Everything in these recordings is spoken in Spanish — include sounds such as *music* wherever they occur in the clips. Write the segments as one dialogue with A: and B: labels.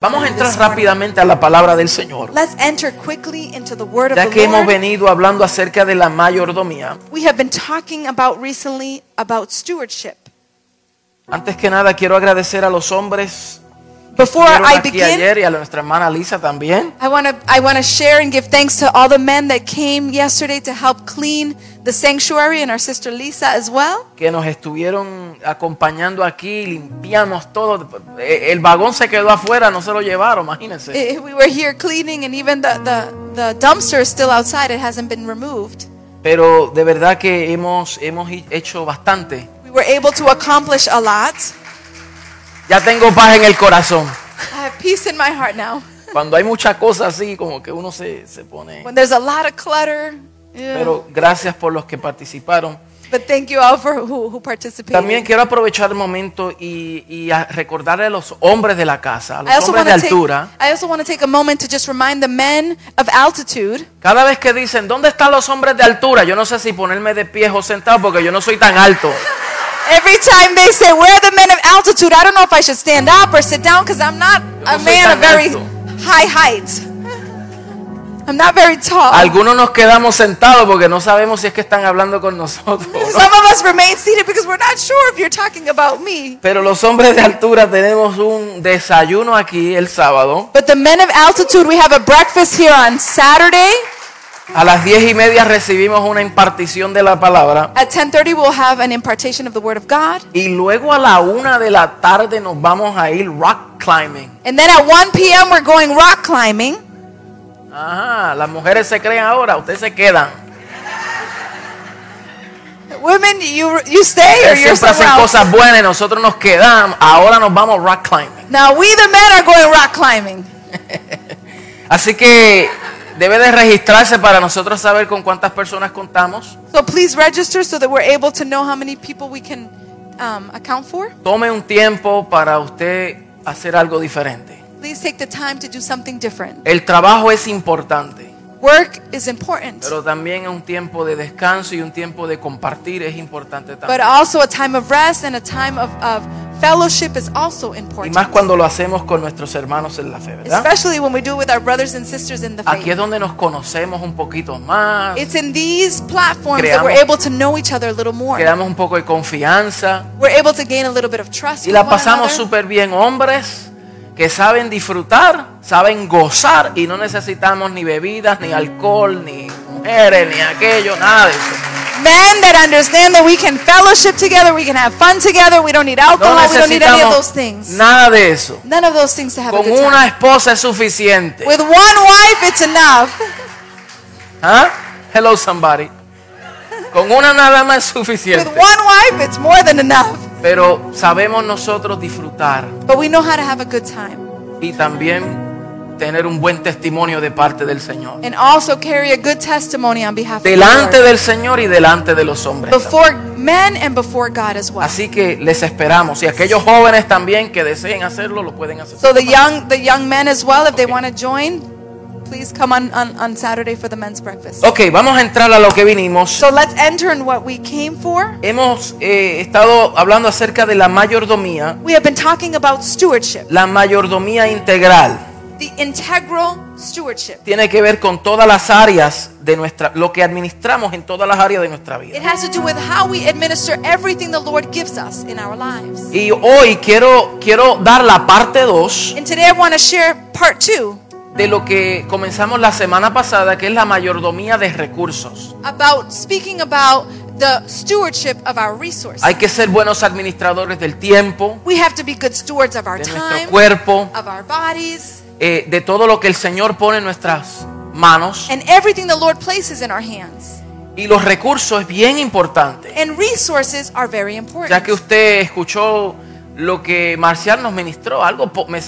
A: Vamos a entrar rápidamente a la palabra del Señor.
B: Let's enter quickly into the word of
A: Ya que
B: the
A: hemos
B: Lord.
A: venido hablando acerca de la mayordomía,
B: We have been talking about recently about stewardship.
A: antes que nada quiero agradecer a los hombres que
B: Before
A: estuvieron
B: I
A: aquí
B: begin,
A: ayer y a nuestra hermana Lisa también.
B: I want to I want to share and give thanks to all the men that came yesterday to help clean the sanctuary and our sister Lisa as well.
A: que nos estuvieron acompañando aquí, limpiamos todo. Eh, El vagón se quedó afuera, no se lo llevaron, imagínense.
B: Eh, We were here cleaning and even the the, the dumpster is still outside. It hasn't been removed.
A: Pero de verdad que hemos, hemos hi- hecho bastante.
B: We were able to accomplish a lot.
A: Ya tengo paz en el corazón.
B: I have peace in my heart now.
A: Cuando hay muchas cosas así, como que uno se, se pone...
B: When there's a lot of clutter. yeah.
A: Pero gracias por los que participaron.
B: But thank you all for who, who participated.
A: También quiero aprovechar el momento y, y a recordarle a los hombres de la casa, a
B: I
A: los
B: also
A: hombres
B: want
A: de
B: to take,
A: altura,
B: I also want to take a moment to just remind the men of altitude.
A: cada vez que dicen, ¿dónde están los hombres de altura? Yo no sé si ponerme de pie o sentado porque yo no soy tan alto.
B: Every time they say, "Where are the men of altitude?" I don't know if I should stand up or sit down because I'm not
A: Yo
B: a
A: no soy
B: man
A: tan
B: of very
A: alto.
B: high height. I'm not very tall.
A: Algunos nos quedamos sentados porque no sabemos si es que están hablando con nosotros. ¿no?
B: *laughs* Some of us remain seated because we're not sure if you're talking about me.
A: Pero los hombres de altura tenemos un desayuno aquí el sábado.
B: But the men of altitude, we have a breakfast here on Saturday
A: A las diez y media recibimos una impartición de la palabra.
B: at 10:30. We'll have an impartation of the Word of God,
A: Y luego a la una de la tarde nos vamos a ir rock climbing.
B: and then at 1 p.m. we're going rock climbing.
A: Ajá, las mujeres se creen ahora, ustedes se quedan.
B: Women, you you stay or
A: Ustedes siempre
B: you're somewhere
A: hacen
B: else.
A: cosas buenas y nosotros nos quedamos. Ahora nos vamos rock climbing.
B: Now we the men are going rock climbing.
A: Así que debe de registrarse para nosotros saber con cuántas personas contamos.
B: So please register so that we're able to know how many people we can um, account for.
A: Tome un tiempo para usted hacer algo diferente.
B: Please take the time to do something different.
A: El trabajo es importante,
B: Work is important,
A: pero también un tiempo de descanso y un tiempo de compartir es importante
B: but
A: también.
B: also a time of rest and a time of, of fellowship is also
A: Y
B: important.
A: más cuando lo hacemos con nuestros hermanos en la fe, ¿verdad?
B: Especially when we do it with our brothers and sisters in the
A: Aquí es
B: faith.
A: donde nos conocemos un poquito más,
B: It's in these platforms that we're
A: Creamos-
B: able to know each other a little more.
A: creamos un poco de confianza
B: We're able to gain a little bit of trust.
A: y
B: with
A: la
B: one
A: pasamos
B: another.
A: súper bien. Hombres que saben disfrutar, saben gozar y no necesitamos ni bebidas, ni alcohol, ni mujeres, ni aquello, nada de eso.
B: Men that understand that we can fellowship together, we can have fun together, we don't need
A: No
B: alcohol, we don't need any of those
A: necesitamos
B: things.
A: nada de eso.
B: None of those things to have a
A: Con
B: good time.
A: una esposa es suficiente.
B: With one wife, it's enough.
A: ¿Ah? Hello somebody. Con una nada más es
B: With
A: suficiente.
B: one wife, it's more than enough.
A: Pero sabemos nosotros disfrutar
B: But we know how to have a good time
A: y también tener un buen testimonio de parte del Señor.
B: and also carry a good testimony on behalf of
A: Delante
B: the Lord.
A: del Señor y delante de los hombres.
B: before men and before God as well.
A: Así que les esperamos. Y aquellos jóvenes también que deseen hacerlo, lo pueden hacer.
B: So the young, the young men as well, if they want to join, please come on, on on Saturday for the men's breakfast.
A: Ok, vamos a entrar a lo que vinimos.
B: So let's enter in what we came for.
A: Hemos eh, estado hablando acerca de la mayordomía.
B: We have been talking about stewardship.
A: La mayordomía integral
B: the integral stewardship.
A: tiene que ver con todas las áreas de nuestra, lo que administramos en todas las áreas de nuestra
B: It
A: vida.
B: has to do with how we administer everything the Lord gives us in our lives.
A: Y hoy quiero, quiero dar la parte 2
B: And today I want to share part two
A: de lo que comenzamos la semana pasada, que es la mayordomía de recursos.
B: about speaking about the stewardship of our resources.
A: Hay que ser buenos administradores del tiempo,
B: We have to be good stewards of our
A: de nuestro
B: time,
A: cuerpo,
B: of our bodies,
A: eh, de todo lo que el Señor pone en nuestras manos.
B: and everything the Lord places in our hands.
A: Y los recursos es bien importante.
B: And resources are very
A: Ya que
B: important.
A: usted escuchó lo que Marcial nos ministró, algo po- me-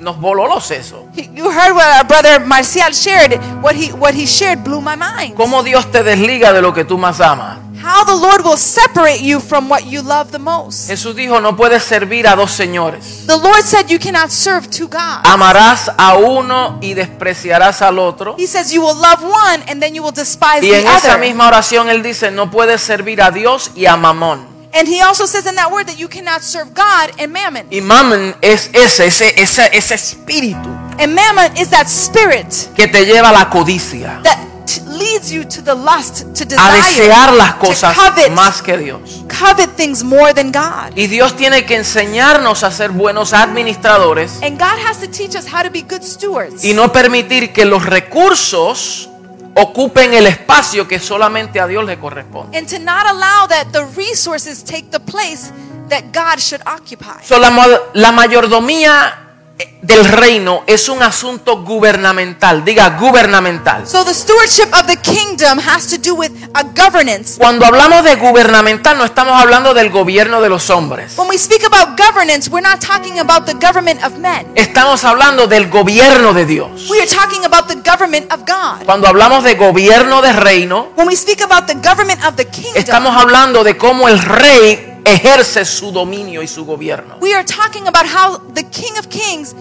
A: nos voló los sesos.
B: You heard what our brother Marcial shared. What he what he shared blew my mind.
A: ¿Cómo Dios te desliga de lo que tú más amas?
B: How the Lord will separate you from what you love the most.
A: Jesús dijo, no puedes servir a dos señores.
B: The Lord said you cannot serve two gods.
A: Amarás a uno y despreciarás al otro.
B: He says you will love one and then you will despise
A: Y
B: the
A: en esa
B: other.
A: misma oración él dice, no puedes servir a Dios y a Mamón.
B: And he also says in that word that you cannot serve God and mammon.
A: Y mammon es ese, ese, ese, ese espíritu
B: And mammon is that spirit
A: que te lleva a la codicia,
B: that t- leads you to the lust, to
A: a
B: desire,
A: desear las
B: to
A: cosas
B: covet.
A: más que Dios.
B: covet things more than God.
A: Y Dios tiene que enseñarnos a ser buenos administradores
B: And God has to teach us how to be good stewards
A: y no permitir que los recursos ocupen el espacio que solamente a Dios le corresponde.
B: and to not allow that the resources take the place that God should occupy.
A: So, la, mo- la mayordomía eh, del reino es un asunto gubernamental, diga gubernamental.
B: So the stewardship of the kingdom has to do with a governance.
A: Cuando hablamos de gubernamental no estamos hablando del gobierno de los hombres.
B: When we speak about governance, we're not talking about the government of men.
A: Estamos hablando del gobierno de Dios.
B: We are talking about the government of God.
A: Cuando hablamos de gobierno de reino,
B: When we speak about the government
A: Eh,
B: of the kingdom,
A: estamos hablando de cómo el rey ejerce su dominio y su gobierno.
B: we are talking about how the King of Kings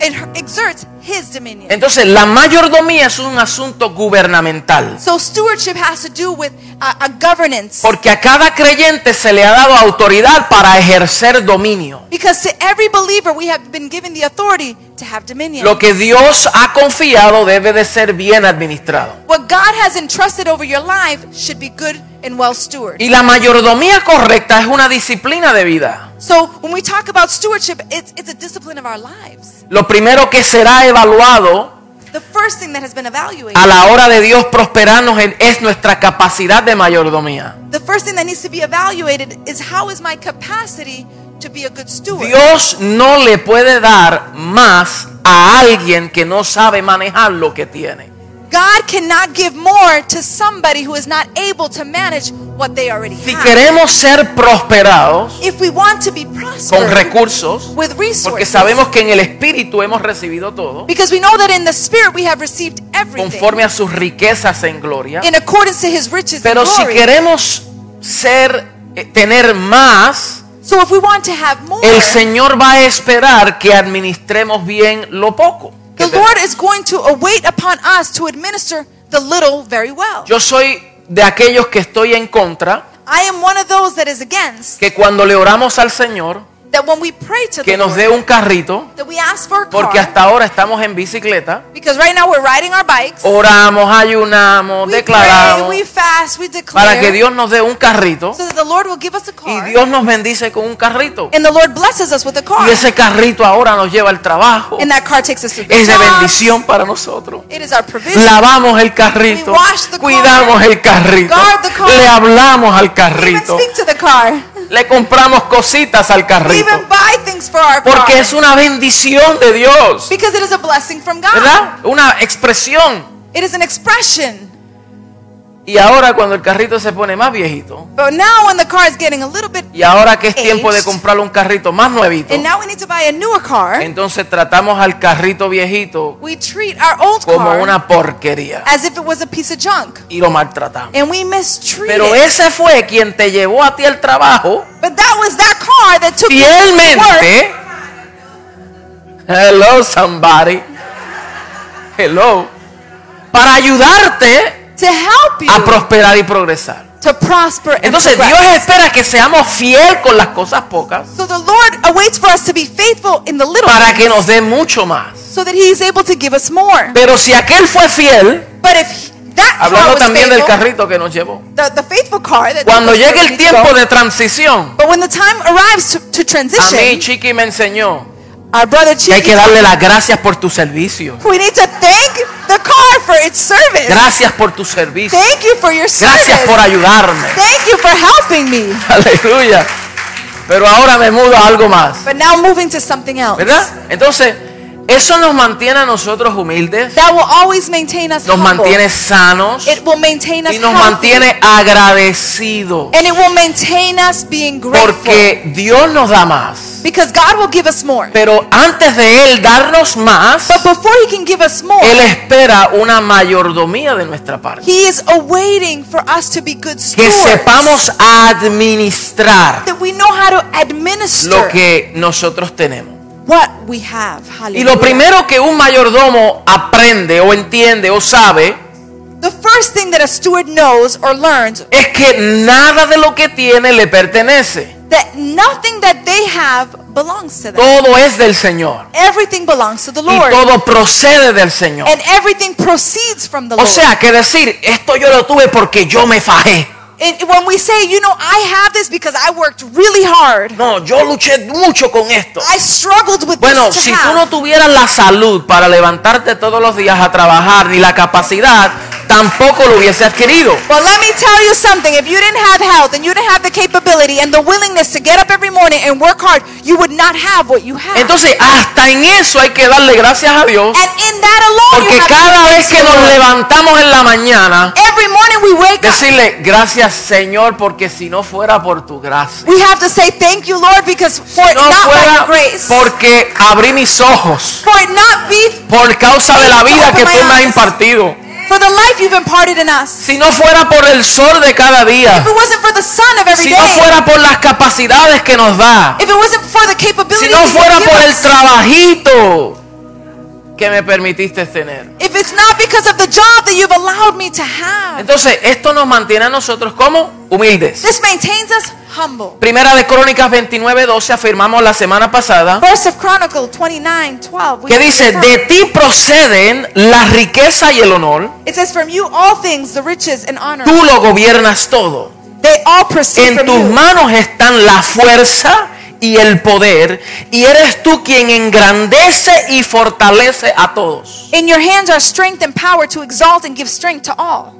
B: ex- exerts his dominion.
A: Entonces, la mayordomía es un asunto gubernamental.
B: So stewardship has to do with a, a governance.
A: Porque a cada creyente se le ha dado autoridad para ejercer dominio.
B: Because to every believer, we have been given the authority to have dominion.
A: Lo que Dios ha confiado debe de ser bien administrado.
B: What God has entrusted over your life should be good and well stewarded.
A: Y la mayordomía correcta es una disciplina de vida.
B: So when we talk about stewardship, it's, it's a discipline of our lives.
A: Lo primero que será evaluado
B: The first thing that has been evaluated,
A: a la hora de Dios prosperarnos en- es nuestra capacidad de mayordomía.
B: the first thing that needs to be evaluated is how is my capacity to be a good steward?
A: Dios no le puede dar más a alguien que no sabe manejar lo que tiene.
B: God cannot give more to somebody who is not able to manage what they already
A: Si
B: have.
A: queremos ser prosperados
B: If we want to be
A: con
B: prosperous
A: recursos,
B: with
A: porque
B: resources,
A: sabemos que en el Espíritu hemos recibido todo,
B: because we know that in the Spirit we have received everything
A: conforme a sus riquezas en gloria,
B: in accordance to His riches and
A: pero si
B: glory.
A: queremos ser, eh, tener más,
B: So if we want to have more,
A: el Señor va a esperar que administremos bien lo poco. que
B: the
A: tenemos.
B: Lord is going to await upon us to administer the little very well.
A: Yo soy de aquellos que estoy en contra,
B: I am one of those that is against
A: que cuando le oramos al Señor,
B: that when we pray to
A: que
B: the
A: nos
B: Lord,
A: dé un carrito,
B: that we ask for a car
A: porque hasta ahora estamos en bicicleta,
B: because right now we're riding our bikes.
A: Oh, oramos, ayunamos,
B: we pray,
A: declaramos,
B: we fast, we
A: para que
B: declare
A: Dios nos dé un carrito
B: so that the Lord will give us a
A: y
B: car.
A: Dios nos bendice con un carrito.
B: and the Lord blesses us with a car.
A: Y ese carrito ahora nos lleva al trabajo,
B: and that car takes us to the
A: es de
B: jobs.
A: bendición para nosotros.
B: It is our provision.
A: Lavamos el carrito,
B: We wash the car.
A: cuidamos el carrito,
B: Guard the car.
A: le hablamos al
B: we even
A: carrito,
B: speak to the car.
A: le compramos cositas al
B: We
A: carrito.
B: even buy things for our
A: Porque
B: car.
A: es una bendición de Dios,
B: because it is a blessing from God.
A: ¿verdad? Una expresión.
B: It is an expression.
A: Y ahora cuando el carrito se pone más viejito,
B: But now when the car is getting a little bit
A: y ahora que es tiempo de
B: Aged.
A: comprar un carrito más nuevito,
B: and now we need to buy a newer car,
A: entonces tratamos al carrito viejito
B: we treat our old
A: como
B: car
A: una porquería
B: as if it was a piece of junk
A: y lo maltratamos.
B: and we mistreat
A: Pero
B: it.
A: ese fue quien te llevó a ti al trabajo
B: But that was that car that took you to work.
A: fielmente. Hello somebody. Hello. Para ayudarte
B: to help
A: a
B: you
A: prosperar y progresar.
B: to prosper and
A: Entonces
B: progress.
A: Dios espera que seamos fiel con las cosas pocas
B: so the Lord awaits for us to be faithful in the little
A: para que
B: things
A: nos dé mucho más.
B: so that he is able to give us more.
A: Pero si aquel fue fiel,
B: But if he- that car
A: hablando
B: was
A: también del
B: faithful,
A: carrito que nos llevó,
B: the, the faithful car that
A: cuando
B: took us
A: llegue
B: where we
A: el
B: need to go,
A: tiempo de transición,
B: but when the time arrives to, to
A: a mí
B: transition,
A: Chiqui me enseñó
B: our brother
A: que hay
B: Chief
A: que darle las gracias por tu servicio.
B: We need to thank the car for its service.
A: Gracias por tu servicio.
B: Thank you for your service.
A: Gracias por ayudarme. *laughs*
B: Thank you for helping me.
A: Aleluya. Pero ahora me mudo a algo más.
B: But now moving to something else.
A: ¿Verdad? Entonces, eso nos mantiene a nosotros humildes,
B: That will always maintain us
A: nos
B: humble.
A: mantiene sanos.
B: It will maintain us
A: y nos
B: healthy.
A: mantiene agradecidos
B: And it will maintain us being grateful.
A: porque Dios nos da más.
B: because God will give us more.
A: Pero antes de Él darnos más,
B: But before He can give us more,
A: Él espera una mayordomía de nuestra parte.
B: He is awaiting for us to be good
A: Que
B: stewards.
A: sepamos administrar
B: that we know how to administer
A: lo que nosotros tenemos.
B: what we have.
A: Y lo
B: Hallelujah.
A: primero que un mayordomo aprende o entiende o sabe
B: The first thing that a steward knows or learns
A: es que nada de lo que tiene le pertenece.
B: that nothing that they have belongs to them.
A: Todo es del Señor.
B: Everything belongs to the
A: Y
B: Lord.
A: todo procede del Señor.
B: And everything proceeds from the
A: O
B: Lord.
A: sea, que decir, esto yo lo tuve porque yo me fajé.
B: And when we say, you know, I have this because I worked really hard.
A: No, yo luché mucho con esto.
B: I struggled with
A: Bueno,
B: this to
A: si tú
B: have.
A: no tuvieras la salud para levantarte todos los días a trabajar, ni la capacidad, tampoco lo hubiese adquirido.
B: But let me tell you something. If you didn't have health and you didn't have the capability and the willingness to get up every morning and work hard, you would not have what you have.
A: Entonces, hasta en eso hay que darle gracias a Dios.
B: and in that alone, you
A: Porque
B: have to
A: cada
B: thank
A: vez que
B: the
A: nos
B: Lord.
A: levantamos en la mañana,
B: Every morning we wake up,
A: decirle gracias Señor, porque si no fuera por tu gracia,
B: we have to say thank you, Lord, because for it
A: no
B: not by
A: fuera
B: your grace,
A: porque abrí mis ojos
B: for it not be
A: por causa de la vida que tú me has impartido,
B: for the life you've imparted in us.
A: si no fuera por el sol de cada día,
B: If it wasn't for the sun of every
A: si
B: day,
A: no fuera por las capacidades que nos da,
B: if it wasn't for the
A: si
B: capability,
A: no fuera
B: that you give
A: por el
B: us,
A: trabajito que me permitiste tener.
B: if it's not because of the job that you've allowed me to have,
A: Entonces, esto nos mantiene a nosotros como humildes.
B: this maintains us humble.
A: Primera de Crónicas 29, 12 afirmamos la semana pasada
B: Verse of Chronicle 29, 12. we
A: que
B: have
A: dice,
B: confirmed.
A: de ti proceden la riqueza y el honor,
B: It says, from you all things, the riches and honor,
A: tú lo gobiernas todo.
B: they all proceed
A: En
B: from
A: tus
B: you.
A: manos están la fuerza y el poder, y eres tú quien engrandece y fortalece a todos.
B: In your hands are strength and power to exalt and give strength to all.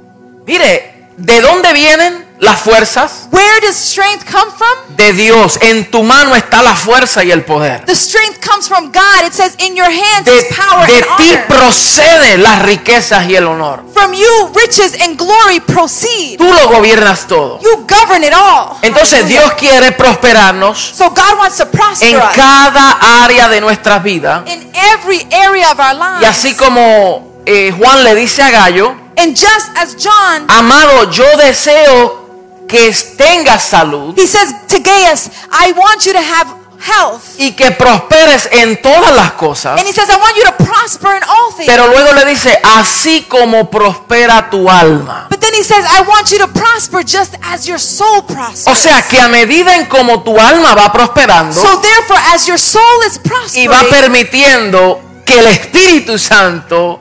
A: Mire, ¿de dónde vienen las fuerzas?
B: Where does strength come from?
A: De Dios. En tu mano está la fuerza y el poder.
B: The strength comes from God. It says, in your hands
A: De,
B: is power
A: de
B: and
A: ti
B: honor.
A: procede las riquezas y el honor.
B: From you, riches and glory proceed.
A: Tú lo gobiernas todo.
B: You govern it all.
A: Entonces
B: Hallelujah.
A: Dios quiere prosperarnos
B: so God wants to prosper
A: en
B: us
A: cada área de nuestras vidas.
B: in every area of our lives.
A: Y así como eh, Juan le dice a Gallo,
B: and just as John,
A: amado, yo deseo que tengas salud
B: he says to Gaius, I want you to have health.
A: y que prosperes en todas las cosas.
B: And he says, I want you to prosper in all things.
A: Pero luego le dice, así como prospera tu alma.
B: But then he says, I want you to prosper just as your soul prospers.
A: O sea que a medida en como tu alma va prosperando
B: so therefore, as your soul is
A: y
B: prospering,
A: va permitiendo que el Espíritu Santo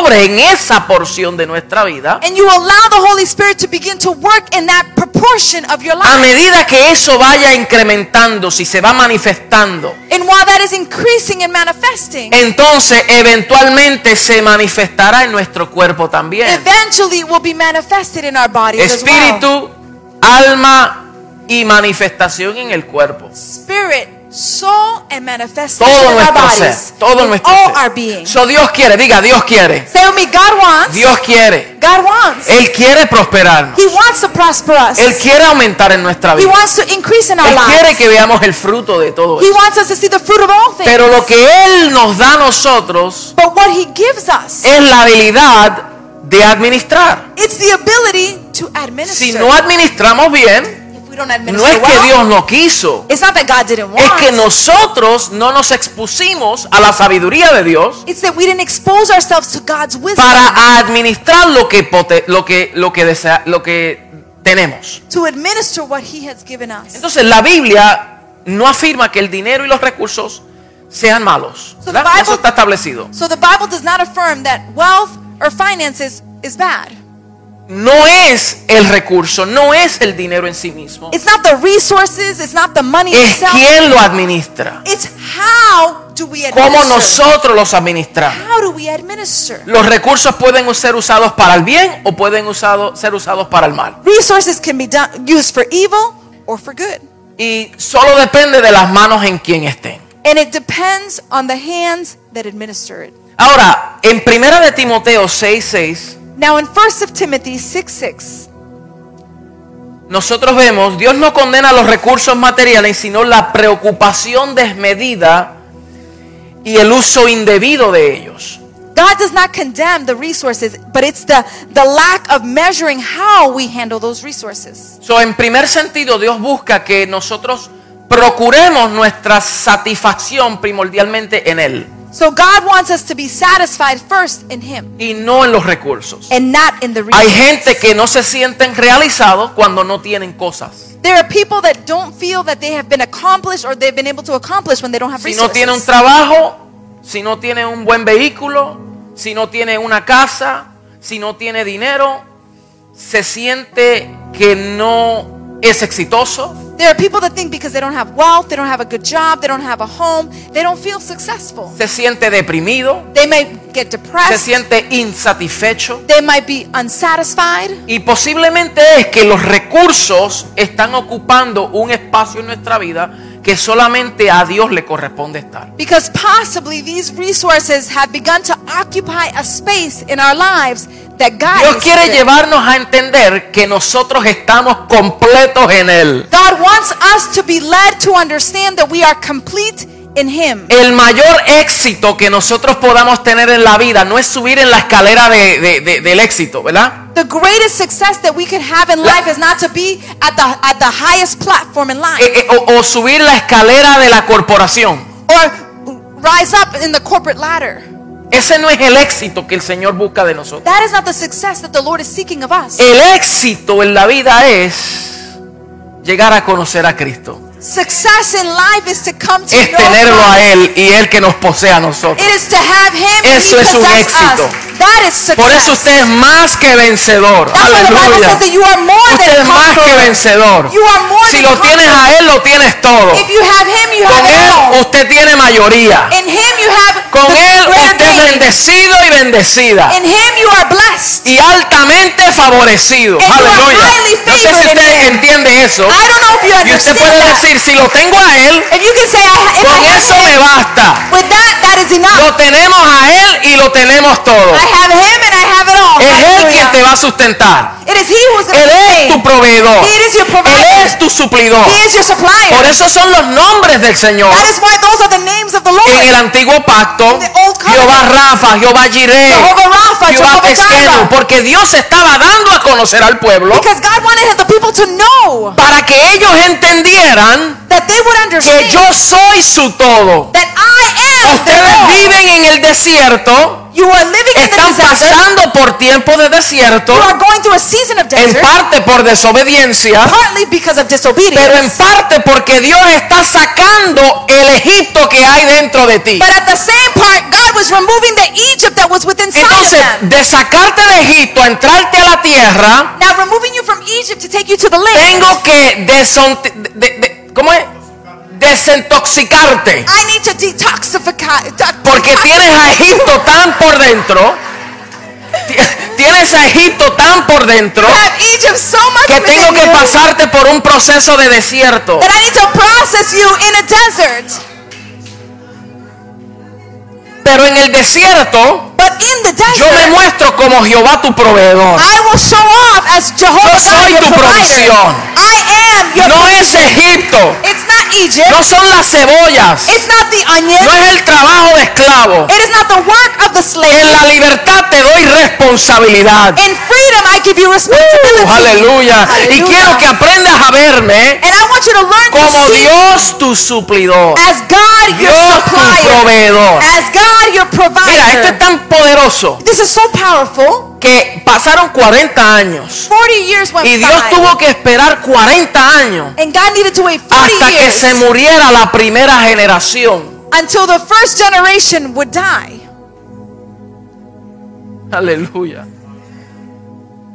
A: obre en esa porción de nuestra vida,
B: and you allow the Holy Spirit to begin to work in that proportion of your
A: a
B: life.
A: medida que eso vaya incrementando, si se va manifestando,
B: And while that is increasing and manifesting,
A: entonces eventualmente se manifestará en nuestro cuerpo también.
B: eventually it will be manifested in our bodies as well.
A: Espíritu, alma y manifestación en el cuerpo.
B: Spirit, soul, and manifestation
A: Todo
B: in our
A: nuestro ser,
B: bodies.
A: todo
B: in
A: nuestro
B: all our
A: ser.
B: being.
A: So Dios quiere, diga, Dios quiere.
B: Say with me, God wants.
A: Dios quiere.
B: God wants.
A: Él quiere prosperarnos.
B: He wants to prosper us.
A: Él quiere aumentar en nuestra
B: He
A: vida.
B: wants to increase in our
A: Él quiere
B: lives.
A: que veamos el fruto de todo
B: He
A: eso.
B: wants us to see the fruit of all things.
A: Pero lo que Él nos da a nosotros
B: But what he gives us,
A: es la habilidad de administrar.
B: it's the ability to administer.
A: Si no administramos bien,
B: if we don't administer
A: no es que
B: well,
A: Dios no quiso.
B: it's not that God didn't want.
A: Es que nosotros no nos expusimos a la sabiduría de Dios
B: It's that we didn't expose ourselves to God's wisdom
A: para administrar lo que, pote- lo que, lo que, desea- lo que tenemos.
B: to administer what he has given us.
A: Entonces la Biblia no afirma que el dinero y los recursos sean malos.
B: So the
A: ¿verdad? Eso
B: Bible-
A: está establecido.
B: So the Bible does not affirm that wealth or finances is bad.
A: No es el recurso, no es el dinero en sí mismo.
B: It's not the resources, it's not the money
A: Es
B: itself.
A: quien lo administra.
B: It's how do we
A: Cómo
B: administer?
A: nosotros los administramos.
B: How do we administer?
A: Los recursos pueden ser usados para el bien o pueden usado- ser usados para el mal.
B: Resources can be done, used for evil or for good.
A: Y solo depende de las manos en quien estén.
B: And it depends on the hands that administer it.
A: Ahora, en primera de Timoteo 6:6
B: Now in 1 of Timothy 6 6,
A: nosotros vemos, Dios no condena los recursos materiales, sino la preocupación desmedida y el uso indebido de ellos.
B: God does not condemn the resources, but it's the, the lack of measuring how we handle those resources.
A: So, en primer sentido, Dios busca que nosotros procuremos nuestra satisfacción primordialmente en Él.
B: So God wants us to be satisfied first in Him
A: y no en los recursos.
B: and not in the
A: Hay
B: resources.
A: gente que no se sienten realizados cuando no tienen cosas.
B: There are people that don't feel that they have been accomplished or they've been able to accomplish when they don't have
A: Si no
B: resources.
A: tiene un trabajo, si no tiene un buen vehículo, si no tiene una casa, si no tiene dinero, se siente que no es exitoso.
B: there are people that think because they don't have wealth, they don't have a good job, they don't have a home, they don't feel successful.
A: Se siente deprimido,
B: They might get
A: se
B: depressed.
A: siente insatisfecho.
B: they might be unsatisfied.
A: Y posiblemente es que los recursos están ocupando un espacio en nuestra vida que solamente a Dios le corresponde estar.
B: Because possibly these resources have begun to occupy a space in our lives that God
A: Dios
B: is
A: quiere
B: in.
A: llevarnos a entender que nosotros estamos completos en Él.
B: God wants us to be led to understand that we are complete in Him.
A: El mayor éxito que nosotros podamos tener en la vida no es subir en la escalera de- de- de- del éxito, ¿verdad?
B: The greatest success that we could have in life is not to be at the at the highest platform in life
A: Eh, eh, o, o subir la escalera de la corporación.
B: or rise up in the corporate ladder.
A: Ese no es el éxito que el Señor busca de nosotros.
B: That is not the success that the Lord is seeking of us.
A: El éxito en la vida es llegar a conocer a Cristo.
B: Success in life is to come to
A: Es
B: know
A: tenerlo
B: God.
A: a Él y Él que nos posea a nosotros.
B: It is to have him and
A: Eso
B: he
A: es un
B: possess us.
A: éxito.
B: That is success.
A: Por eso usted es más que vencedor.
B: That's why the Bible
A: Aleluya.
B: says that you are more
A: Usted
B: than
A: es más que
B: conqueror.
A: vencedor.
B: You are more
A: Si
B: than
A: lo tienes
B: conqueror.
A: a Él, lo tienes todo.
B: If you have him, you
A: Con
B: have it all.
A: Él usted tiene mayoría.
B: In him you have
A: Con
B: the
A: Él
B: greater
A: usted es
B: name.
A: bendecido y bendecida.
B: In him you are blessed.
A: Y altamente favorecido.
B: And you are
A: Aleluya.
B: highly
A: No sé si
B: favored in
A: usted
B: Him.
A: entiende eso.
B: I don't know if you
A: Y usted
B: understand
A: puede
B: that.
A: decir, si lo tengo a Él,
B: If you can say, I, ha- if I
A: con
B: have
A: eso me
B: him,
A: basta.
B: with that, that is enough.
A: Lo tenemos a Él y lo tenemos todo.
B: I have him and I have it all.
A: Es Él quien te
B: Hallelujah.
A: va a sustentar.
B: It is he who is going
A: Él
B: to
A: es tu
B: sustain.
A: proveedor.
B: He is your
A: Él
B: provider.
A: es tu suplidor.
B: He is your
A: Por
B: supplier.
A: eso son los nombres del Señor.
B: That is why those are the names of the
A: En el
B: Lord.
A: antiguo pacto,
B: In the Old Covenant.
A: Jehová Rafa, Jehová Jireh,
B: Jehovah Rapha,
A: Jehová
B: Jehovah
A: Teskenu,
B: Jireh.
A: porque Dios estaba dando a conocer al pueblo
B: Because God wanted the people to know
A: para que ellos entendieran
B: that they would
A: que
B: understand
A: yo soy su todo.
B: that I am
A: Ustedes
B: the Lord.
A: viven en el desierto,
B: You are living in the
A: están
B: desert.
A: pasando por tiempo de desierto,
B: You are going through a season of
A: en
B: desert,
A: parte por desobediencia,
B: partly because of
A: pero en
B: disobedience.
A: parte porque Dios está sacando el Egipto que hay dentro de ti.
B: But at the same part, God was removing the Egypt that was within inside of
A: Entonces,
B: them.
A: de sacarte de Egipto a entrarte a la tierra,
B: Now, removing you from Egypt to take you to the land,
A: tengo que desonti- de- de- ¿cómo es? desintoxicarte.
B: I need to detoxify. de-
A: Porque tienes a Egipto tan por dentro. ti- Tienes a Egipto tan por dentro
B: I have Egypt so much
A: que
B: within
A: tengo que
B: you
A: pasarte por un proceso de desierto.
B: that I need to process you in a desert.
A: Pero en el desierto
B: But in the
A: yo me
B: desert,
A: muestro como Jehová tu proveedor.
B: I will show off as Jehovah
A: Yo soy
B: God, your
A: tu
B: provider.
A: provisión.
B: I am your
A: No es Egipto,
B: It's not Egypt.
A: no son las cebollas,
B: It's not the onion.
A: no es el trabajo de esclavo.
B: It is not the work of the slave.
A: En la libertad te doy responsabilidad.
B: In freedom, I give you responsibility.
A: Uh, aleluya. Y
B: Aleluya.
A: quiero que aprendas a verme
B: And I want you to learn to
A: como
B: see
A: Dios tu suplidor,
B: as God your
A: Dios tu
B: supplier,
A: proveedor.
B: as God your
A: Mira, esto es
B: provider.
A: tan poderoso
B: This is so powerful.
A: que pasaron 40 años
B: 40 years went
A: y Dios
B: by,
A: tuvo que esperar 40 años
B: and God needed to wait 40
A: hasta que
B: years
A: se muriera la primera generación.
B: until the first generation would die.
A: Aleluya.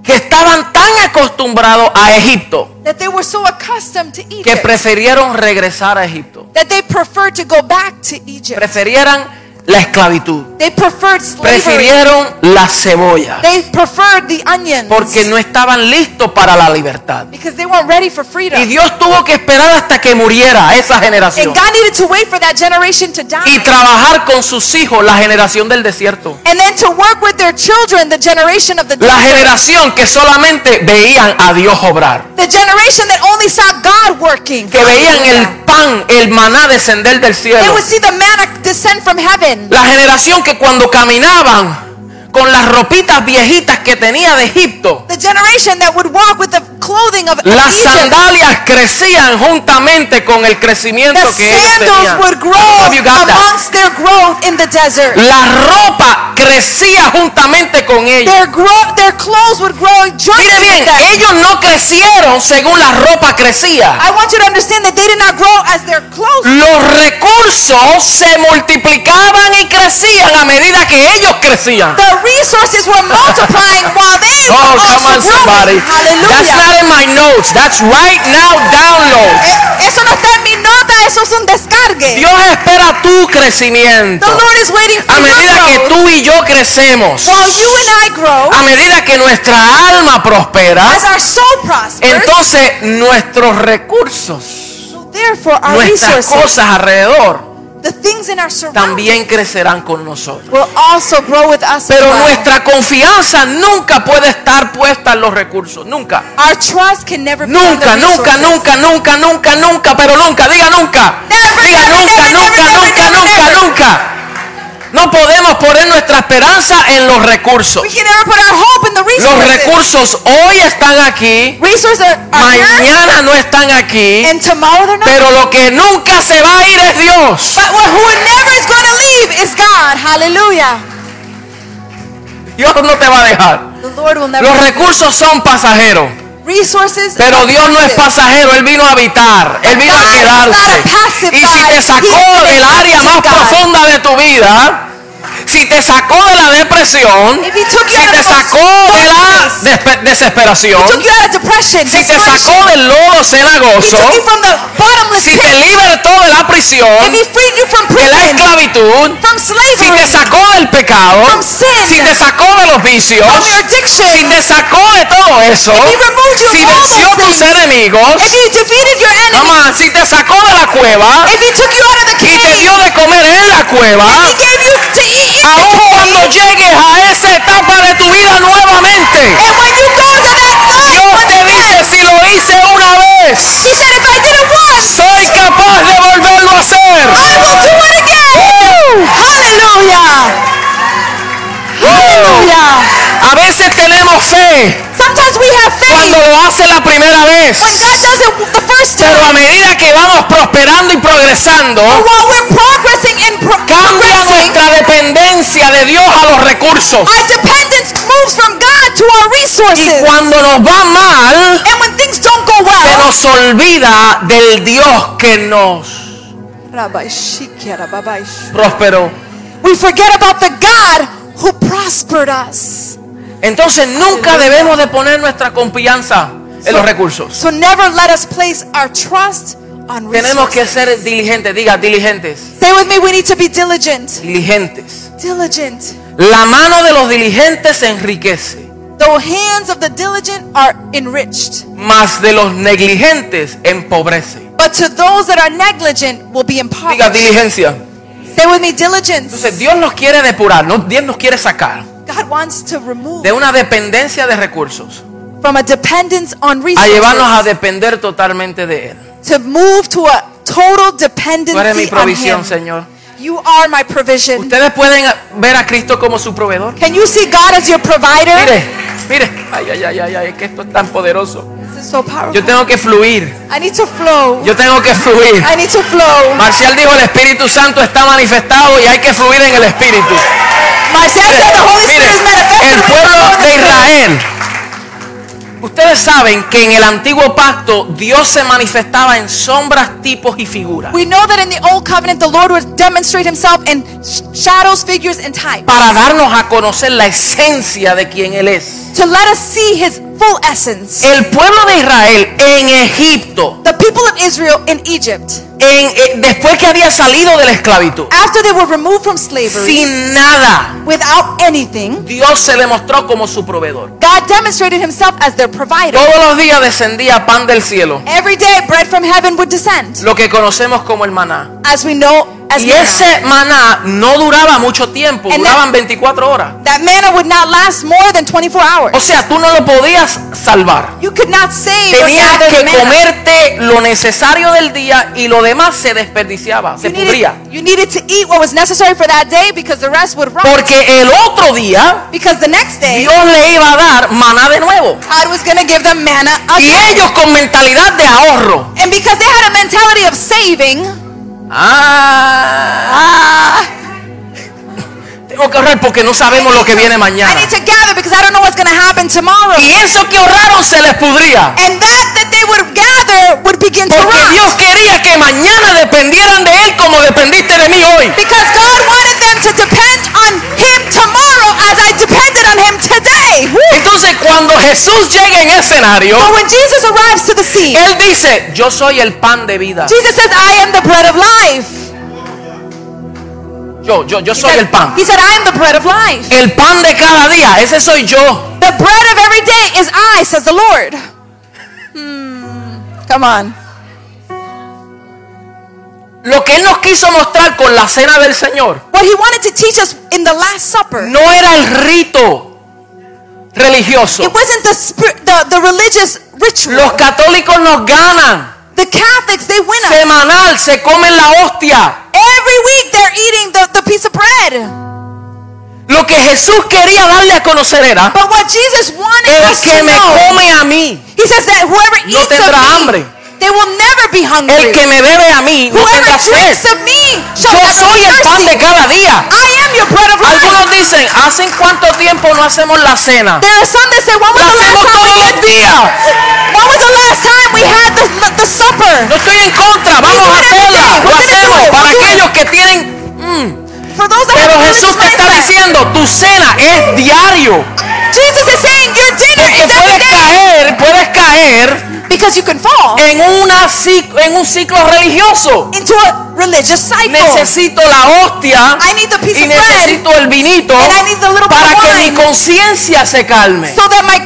A: Que estaban tan acostumbrados a Egipto
B: That they were so accustomed to
A: que
B: Egypt
A: prefirieron regresar a Egipto.
B: that they preferred to go back to Egypt.
A: Prefirieran la esclavitud.
B: They preferred slavery.
A: prefirieron la cebolla
B: They preferred the onions
A: porque no estaban listos para la libertad.
B: because they weren't ready for
A: Y
B: freedom.
A: Dios tuvo que esperar hasta que muriera esa generación
B: And God needed to wait for that generation to die.
A: y trabajar con sus hijos la generación del desierto.
B: and then to work with their children, the generation of the
A: La
B: dead.
A: generación que solamente veían a Dios obrar,
B: The generation that only saw God working.
A: que veían
B: Hallelujah.
A: el pan, el maná descender del
B: They
A: cielo.
B: would see the manna descend from heaven.
A: La generación que cuando caminaban con las ropitas viejitas que tenía de Egipto.
B: The generation that would walk with the clothing of
A: Las
B: Egypt.
A: sandalias crecían juntamente con el crecimiento
B: The
A: que ellos
B: sandals
A: tenían.
B: would grow
A: Have you got that?
B: amongst their growth in the desert.
A: La ropa crecía juntamente con ellos.
B: Their grow, their clothes would grow jointly
A: Mire
B: with
A: bien,
B: them.
A: ellos no crecieron según la ropa crecía.
B: I want you to understand that they did not grow as their clothes.
A: Los recursos se multiplicaban y crecían a medida que ellos crecían.
B: The resources
A: *laughs*
B: were multiplying while they
A: Oh,
B: were
A: come
B: also
A: on, somebody.
B: growing.
A: That's
B: Hallelujah.
A: not in my notes. That's right now download.
B: Eh, Eso no está en mi nota, eso es un descargue.
A: Dios espera tu
B: The
A: crecimiento.
B: Lord is waiting for
A: A medida
B: your
A: que Ah,
B: growth.
A: tú y yo crecemos,
B: While you and I grow,
A: a medida que nuestra alma prospera,
B: as our soul prospers,
A: entonces nuestros recursos,
B: so therefore our
A: nuestras
B: resources,
A: cosas alrededor,
B: the things in our surroundings,
A: también crecerán con nosotros.
B: will also grow with us. as
A: Pero
B: well.
A: nuestra confianza nunca puede estar puesta en los recursos, nunca.
B: Our trust can never be on
A: Nunca,
B: the
A: nunca,
B: resources.
A: nunca, nunca, nunca, nunca, pero nunca, diga nunca.
B: Never,
A: diga
B: never,
A: nunca,
B: never,
A: nunca,
B: never,
A: nunca,
B: never,
A: nunca,
B: never.
A: nunca. No podemos poner nuestra esperanza en los recursos.
B: We can never put our hope in the
A: Los
B: resources.
A: recursos hoy están aquí,
B: resources are, are here,
A: mañana no están aquí,
B: and tomorrow they're not.
A: pero lo que nunca se va a ir es Dios.
B: but what, who never is going to leave is God. Hallelujah.
A: Dios no te va a dejar.
B: The Lord will never.
A: Los recursos son pasajeros,
B: resources.
A: pero
B: are
A: Dios no es
B: passive.
A: pasajero, Él vino a habitar, Él vino a
B: God is not a
A: quedarse.
B: passive
A: Y si
B: God,
A: te
B: He
A: sacó
B: is
A: del
B: an
A: área más
B: active God.
A: profunda de tu vida, si te sacó de la depresión,
B: If He took you
A: si
B: out
A: te
B: of the
A: sacó
B: most
A: de la
B: darkness,
A: despe-
B: He
A: desesperación,
B: took you out of depression.
A: si te
B: desperation,
A: sacó del lodo
B: He
A: cenagoso,
B: took you from the bottomless
A: si
B: pit.
A: te libertó de la prisión,
B: If He freed you from
A: de la
B: prison,
A: esclavitud,
B: from
A: si
B: slavery,
A: te sacó del pecado,
B: From sin.
A: si te sacó de los vicios,
B: from your addiction,
A: si te sacó de todo eso,
B: If He removed you
A: si
B: from all
A: venció
B: those
A: tus
B: things,
A: enemigos,
B: if He defeated your enemy,
A: mamá, si te sacó de la cueva
B: if He took you out of the
A: y te
B: cave,
A: dio de comer en la cueva,
B: He gave you to eat, eat the
A: aún
B: cave,
A: cuando llegues a esa etapa de tu vida nuevamente,
B: and when you go to that life,
A: Dios te dice si lo hice una vez,
B: He said, if I did it once,
A: soy capaz de volverlo a hacer.
B: I will do it again.
A: ¡Uh!
B: Hallelujah.
A: ¡Uh!
B: Hallelujah.
A: A veces tenemos fe
B: Sometimes we have faith
A: cuando lo hace la primera
B: when God
A: vez.
B: does it the first time.
A: Pero a medida que vamos prosperando y
B: But
A: progresando,
B: while we're progressing and pro-
A: cambia
B: progressing,
A: nuestra dependencia de Dios a los recursos.
B: our dependence moves from God to our
A: Y
B: resources.
A: cuando nos va mal,
B: And when things don't go
A: se
B: well,
A: nos olvida del Dios que nos
B: Rabbi Shikia, Rabbi Sh-
A: prosperó.
B: we forget about the God who prospered us.
A: Entonces nunca debemos de poner nuestra confianza en los recursos.
B: So never let us place our trust on
A: Tenemos que
B: resources.
A: ser diligentes, diga diligentes,
B: Stay with me, we need to be diligent.
A: diligentes.
B: Diligent.
A: La mano de los diligentes enriquece,
B: The hands of the diligent are enriched,
A: mas de los negligentes empobrece.
B: but to those that are negligent will be
A: Diga
B: impoverished.
A: diligencia.
B: Stay with me, diligence.
A: Entonces Dios nos quiere depurar, ¿no? Dios nos quiere sacar
B: God wants to remove
A: de una dependencia de recursos
B: from a dependence on
A: a llevarnos a
B: resources
A: depender totalmente de Él.
B: to move to a total
A: Tú eres mi
B: dependency on
A: provisión,
B: Him.
A: Señor.
B: You are my provision.
A: Ustedes pueden ver a Cristo como su proveedor.
B: Can you see God as your provider?
A: Mire, mire. Ay, ay, ay, ay, ay, es que esto es tan poderoso.
B: This is so
A: Yo
B: powerful.
A: tengo que fluir.
B: I need to flow.
A: Yo tengo que fluir.
B: I need to flow.
A: Marcial dijo, el Espíritu Santo está manifestado y hay que fluir en el Espíritu.
B: Marcel said the Holy
A: Mire,
B: Spirit is
A: el
B: manifested.
A: pueblo
B: when
A: de
B: you flow in the Spirit.
A: Israel. Ustedes saben que en el antiguo pacto Dios se manifestaba en sombras, tipos y figuras
B: We know that in the Old Covenant, the Lord would demonstrate Himself in sh- shadows, figures, and types
A: para darnos a conocer la esencia de quien Él es.
B: to let us see His full essence.
A: El pueblo de Israel en Egipto,
B: The people of Israel in Egypt,
A: en- eh, después que había salido de la esclavitud,
B: after they were removed from slavery,
A: sin nada,
B: without anything,
A: Dios se le mostró como su proveedor.
B: God demonstrated Himself as their provider.
A: Todos los días descendía pan del cielo,
B: Every day, bread from heaven would descend,
A: lo que conocemos como el maná.
B: as we know as
A: Y
B: manna.
A: ese maná no duraba mucho tiempo,
B: And
A: duraban 24 horas.
B: That manna would not last more than 24 hours.
A: O sea, tú no lo podías salvar.
B: you could not save or
A: Tenías
B: gather
A: que
B: the manna.
A: comerte lo necesario del día y lo demás se desperdiciaba, se
B: You
A: pudría.
B: needed, you needed to eat what was necessary for that day because the rest would rot.
A: Porque el otro día
B: because the next day,
A: Dios le iba a dar maná de nuevo.
B: God was going to give them manna
A: Y
B: again.
A: ellos con mentalidad de ahorro.
B: And because they had a mentality of saving,
A: Ah,
B: ah,
A: tengo que ahorrar porque no sabemos lo que viene
B: I
A: mañana.
B: need to gather because I don't know what's going to happen tomorrow.
A: Y eso que ahorraron se les pudría.
B: And that that they would gather would begin to
A: Porque
B: rot.
A: Dios quería que mañana dependieran de Él como dependiste de mí hoy.
B: Because God wanted them to depend on Him tomorrow as I depended on Him today. Woo.
A: Entonces cuando Jesús llega en el escenario,
B: But when Jesus arrives to the scene,
A: Él dice, yo soy el pan de vida.
B: Jesus says, I am the bread of life.
A: Yo, yo, yo
B: He
A: soy
B: said-
A: el pan.
B: He said, I am the bread of life.
A: El pan de cada día, ese soy yo.
B: The bread of every day is I, says the Lord. Hmm. Come on.
A: Lo que Él nos quiso mostrar con la cena del Señor
B: What He wanted to teach us in the Last Supper,
A: no era el rito religioso.
B: it wasn't the, spir- the, the religious
A: Los
B: ritual.
A: católicos nos ganan.
B: The Catholics, they win us.
A: Semanal se comen la hostia.
B: Every week they're eating the, the piece of bread.
A: Lo que Jesús quería darle a conocer era,
B: But what Jesus wanted
A: el
B: us to
A: que me
B: know,
A: come a mí
B: He says that whoever
A: no
B: eats of
A: tendrá
B: me,
A: hambre.
B: they will never be
A: El
B: hungry.
A: que me bebe a mí no
B: whoever
A: tendrá
B: drinks
A: sed.
B: of me
A: Yo
B: shall never
A: soy
B: be
A: el pan de
B: thirsty.
A: cada día.
B: I am your bread of life.
A: Algunos dicen, ¿hacen cuánto tiempo no hacemos la cena?
B: There are some that say, when was
A: La
B: the last
A: hacemos
B: time we
A: todos
B: had
A: los días.
B: When was the last time we had the, the supper?
A: No estoy en contra, vamos a hacerla. Lo hacemos para aquellos que tienen...
B: For those that
A: Pero
B: have a
A: Jesús te
B: religious
A: está
B: mindset.
A: diciendo, tu cena es diario.
B: Jesus is saying your dinner
A: Porque
B: is every
A: puedes
B: day.
A: caer, Eh, puedes caer
B: Because you can fall
A: en, una, cic- en un ciclo religioso.
B: into a religious cycle.
A: Necesito la hostia
B: I need the piece
A: y
B: of bread
A: necesito el vinito
B: and I need the little bit
A: para
B: of
A: que mi
B: wine.
A: conciencia se calme.
B: so that my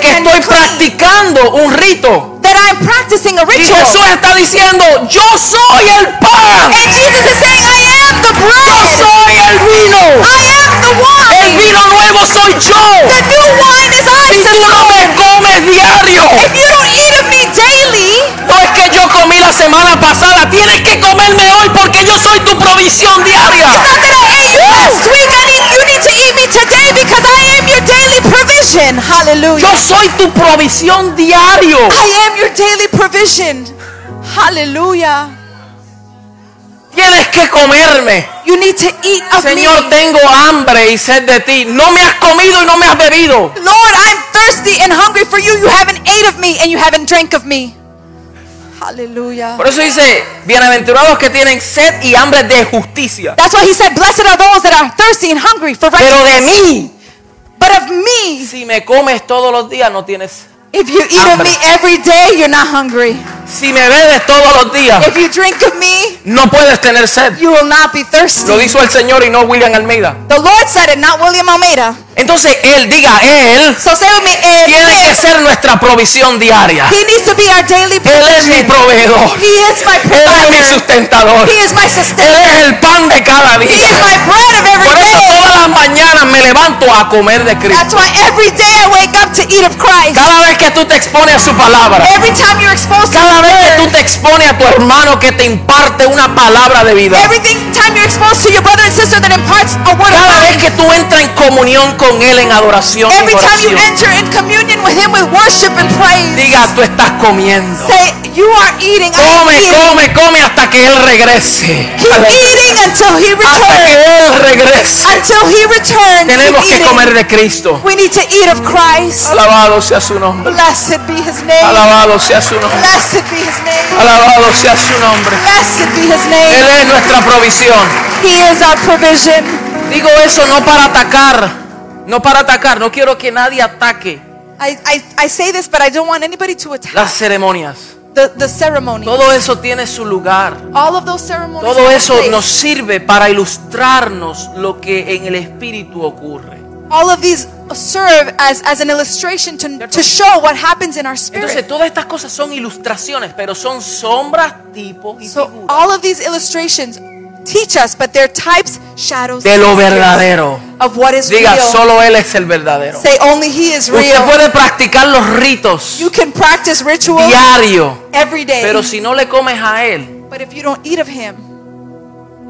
A: De que
B: can be
A: estoy
B: clean.
A: practicando un rito.
B: That I'm practicing a
A: Y
B: ritual.
A: Jesús ah. está diciendo, yo soy el pan,
B: And Jesus is saying, I am the
A: yo
B: bread.
A: soy el vino,
B: I am the
A: el
B: wine.
A: vino nuevo soy yo.
B: The new wine is I,
A: Si
B: says
A: tú no
B: Lord.
A: me comes diario,
B: If you don't eat of me daily,
A: no es que yo comí la semana pasada, tienes que comerme hoy porque yo soy tu provisión diaria.
B: It's not that I ate you last week. I need, you need to eat me today because I am your daily provision. Hallelujah.
A: Yo soy tu provisión diario.
B: I am your daily provision. Hallelujah.
A: Tienes que comerme.
B: You need to eat of
A: Señor,
B: me.
A: tengo hambre y sed de ti. No me has comido y no me has bebido.
B: Lord, I'm thirsty and hungry for you. You haven't ate of me and you haven't drank of me. Hallelujah.
A: Por eso dice, bienaventurados que tienen sed y hambre de justicia.
B: That's why he said, Blessed are those that are thirsty and hungry for
A: Pero de
B: righteousness.
A: mí,
B: But of me,
A: si me comes todos los días, no tienes.
B: if you eat of
A: Hambre.
B: me every day, you're not hungry.
A: Si me bebes todos los días,
B: If you drink of me,
A: no puedes tener sed.
B: you will not be thirsty.
A: Lo dijo el Señor y no William Almeida.
B: The Lord said it, not William Almeida.
A: Entonces él, diga él,
B: So say with me, eh,
A: tiene que ser nuestra provisión diaria.
B: He needs to be our daily
A: Él es mi
B: provision.
A: proveedor.
B: He is my
A: Él es mi
B: provider.
A: sustentador.
B: He is my
A: Él
B: sustainer.
A: es el pan de cada
B: He
A: día.
B: is my bread of every
A: Por eso
B: day.
A: todas las mañanas me levanto a comer de Cristo.
B: That's why every day I wake up to eat of Christ.
A: Cada vez que tú te expones a su palabra,
B: Every time you're exposed to
A: cada
B: His
A: vez que tú
B: word,
A: te expones a tu hermano que te imparte una palabra de vida,
B: every thing- time you're exposed to your brother and sister that imparts a word of
A: cada vez
B: life,
A: que tú entras en comunión con él en adoración, y
B: every time you
A: oración,
B: enter in communion with Him with worship and praise,
A: diga tú estás comiendo.
B: say, You are eating. I'm
A: Come,
B: eating.
A: come, come hasta que él regrese.
B: Keep eating until He
A: Hasta que
B: returns.
A: él regrese.
B: Until He returns. keep
A: Tenemos que
B: eating.
A: comer de Cristo.
B: We need to eat of Christ.
A: Alabado sea su nombre.
B: Blessed be his name.
A: Alabado sea su nombre.
B: Blessed be his name.
A: Alabado sea su nombre.
B: Blessed be his
A: Él
B: name.
A: es nuestra provisión.
B: He is our provision.
A: Digo eso no para atacar, no para atacar, no quiero que nadie ataque
B: I, I, I say this, but I don't want anybody to attack
A: las ceremonias.
B: the, the ceremony.
A: Todo eso tiene su lugar.
B: All of those ceremonies.
A: Todo
B: have a
A: eso
B: place.
A: nos sirve para ilustrarnos lo que en el espíritu ocurre.
B: All of these serve as, as an illustration to, to show what happens in our
A: Entonces,
B: spirit.
A: todas estas cosas son ilustraciones, pero son sombras, tipos y
B: So
A: figuras.
B: all of these illustrations teach us, but they're types, shadows,
A: de lo
B: and figures
A: verdadero.
B: of what is
A: Diga,
B: real.
A: solo Él es el verdadero.
B: Say only He is
A: Usted
B: real.
A: puede practicar los ritos
B: You can practice ritual
A: diario,
B: every day,
A: pero si no le comes a Él,
B: but if you don't eat of Him,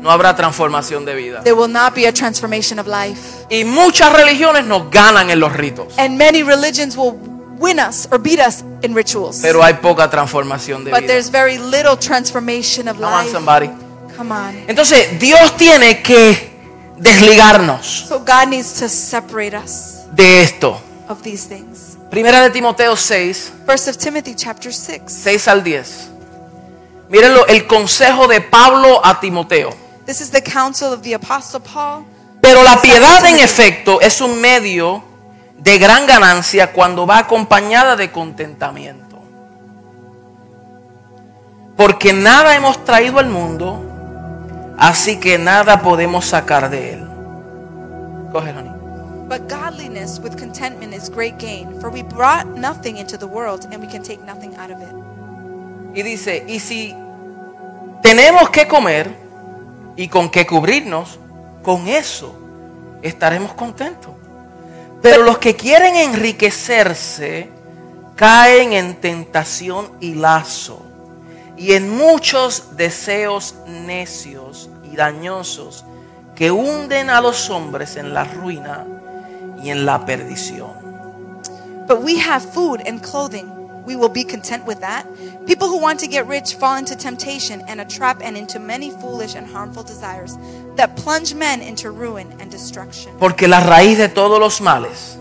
A: no habrá transformación de vida.
B: there will not be a transformation of life.
A: Y muchas religiones nos ganan en los ritos,
B: And many religions will win us or beat us in rituals,
A: pero hay poca transformación de
B: but
A: vida.
B: there's very little transformation of
A: Come on,
B: life.
A: somebody.
B: Come on.
A: Entonces, Dios tiene que desligarnos
B: So God needs to separate us
A: de esto.
B: of these things.
A: Primera de Timoteo 6,
B: First of Timothy chapter 6.
A: 6 al 10. Mírenlo, el consejo de Pablo a Timoteo.
B: This is the counsel of the apostle Paul.
A: Pero la piedad en
B: Exactamente.
A: efecto es un medio de gran ganancia cuando va acompañada de contentamiento. Porque nada hemos traído al mundo, así que nada podemos sacar de él. Cógelo, Nick.
B: But godliness with contentment is great gain, for we brought nothing into the world and we can take nothing out of it.
A: Y dice, y si tenemos que comer y con qué cubrirnos, con eso estaremos contentos. Pero los que quieren enriquecerse caen en tentación y lazo y en muchos deseos necios y dañosos que hunden a los hombres en la ruina y en la perdición.
B: But we have food and clothing. We will be content with that. People who want to get rich fall into temptation and a trap and into many foolish and harmful desires that plunge men into ruin and destruction.
A: Porque la raíz de todos los males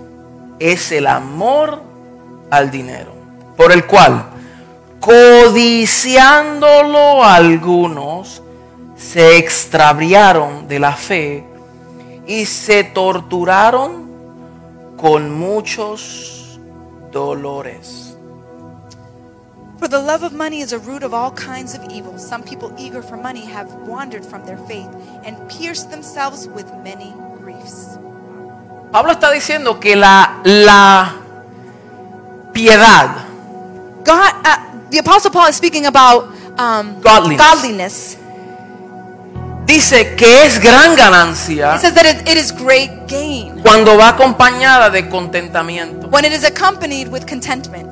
A: es el amor al dinero, por el cual, codiciándolo algunos, se extraviaron de la fe y se torturaron con muchos dolores.
B: For the love of money is a root of all kinds of evil. Some people eager for money have wandered from their faith and pierced themselves with many griefs.
A: Pablo está diciendo que la, la piedad,
B: God, uh, the Apostle Paul is speaking about um,
A: Godliness.
B: godliness.
A: dice que es gran ganancia
B: He says that it, it is great gain
A: cuando va acompañada de contentamiento.
B: when it is accompanied with contentment.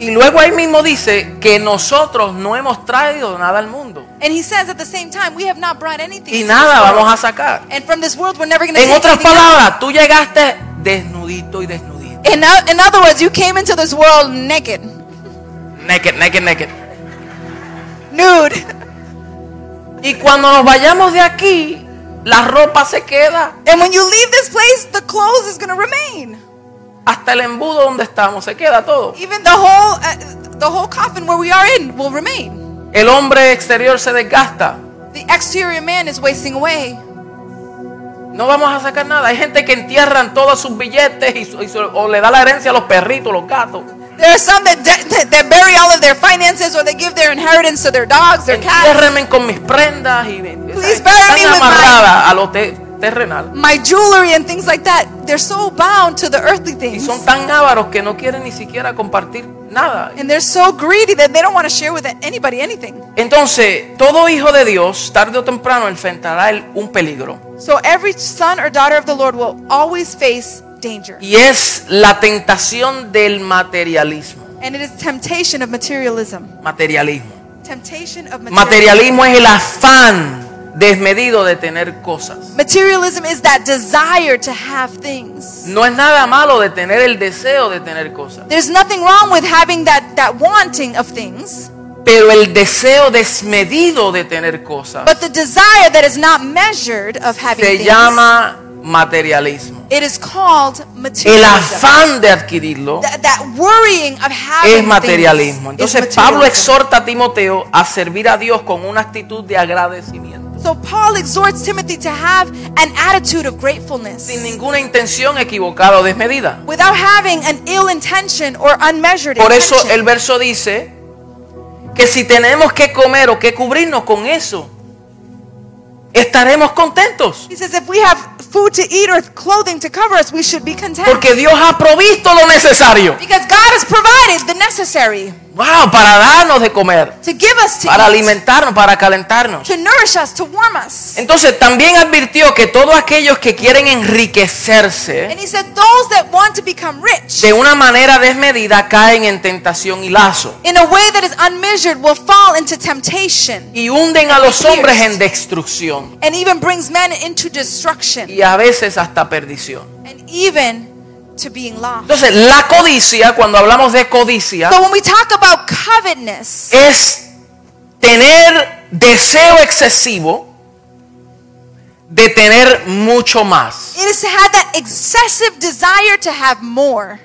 A: Y luego ahí mismo dice que nosotros no hemos traído nada al mundo
B: And he says at the same time, we have not brought anything.
A: y
B: into
A: nada
B: this world.
A: vamos a sacar.
B: And from this world, we're never going to
A: En
B: take
A: otras
B: anything out.
A: palabras, tú llegaste desnudito y desnudito.
B: In, o- in other words, you came into this world naked,
A: Naked, naked, naked.
B: nude. *laughs*
A: Y cuando nos vayamos de aquí, la ropa se queda
B: And when you leave this place, the clothes is going to remain.
A: hasta el embudo donde estamos, se queda todo.
B: Even the whole, uh, the whole coffin where we are in will remain.
A: El hombre exterior se desgasta.
B: The exterior man is wasting away.
A: No vamos a sacar nada. Hay gente que entierran todos sus billetes y, su- y su- o le da la herencia a los perritos, los gatos.
B: There are some that, de- that- that bury all of their finances or they give their inheritance to their dogs, their cats.
A: Entiérrenme con mis prendas y me-
B: Please
A: están
B: bury me with
A: amarradas a lo te- terrenal.
B: My jewelry and things like that. They're so bound to the earthly
A: Y
B: things.
A: son tan ávaros que no quieren ni siquiera compartir nada.
B: And they're so greedy that they don't want to share with anybody anything.
A: Entonces, todo hijo de Dios, tarde o temprano, enfrentará el- un peligro.
B: So every son or daughter of the Lord will always face danger.
A: Y es la tentación del materialismo.
B: And it is temptation of materialism.
A: Materialismo.
B: Temptation of materialism.
A: Materialismo es el afán desmedido de tener cosas.
B: Materialism is that desire to have things.
A: No es nada malo de tener el deseo de tener cosas.
B: There's nothing wrong with having that, that wanting of things,
A: Pero el deseo desmedido de tener cosas
B: but the desire that is not measured of having
A: se
B: things,
A: llama materialismo.
B: it is called
A: El
B: materialism.
A: afán de adquirirlo
B: That, that worrying of having
A: es
B: things
A: materialismo.
B: is
A: Entonces Pablo
B: materialism.
A: exhorta a Timoteo a servir a Dios con una actitud de agradecimiento,
B: So Paul exhorts Timothy to have an attitude of gratefulness.
A: sin ninguna intención equivocada o desmedida.
B: without having an ill intention or unmeasured
A: Por eso
B: intention.
A: el verso dice que si tenemos que comer o que cubrirnos con eso, estaremos contentos.
B: he says if we have food to eat or clothing to cover us, we should be content.
A: Porque Dios ha provisto lo necesario.
B: because God has provided the necessary.
A: Wow, para darnos de comer,
B: to give us to
A: para
B: eat,
A: alimentarnos, para calentarnos.
B: to nourish us, to warm us.
A: Entonces también advirtió que todos aquellos que quieren enriquecerse
B: And he said, those that want to become rich
A: de una manera desmedida caen en tentación y lazo
B: in a way that is unmeasured will fall into temptation
A: y hunden a los hombres en destrucción
B: and even brings men into destruction
A: y a veces hasta perdición.
B: and even to being lost.
A: Entonces la codicia, cuando hablamos de codicia,
B: So when we talk about covetousness,
A: es tener deseo excesivo de tener mucho más.
B: it is to have that excessive desire to have more.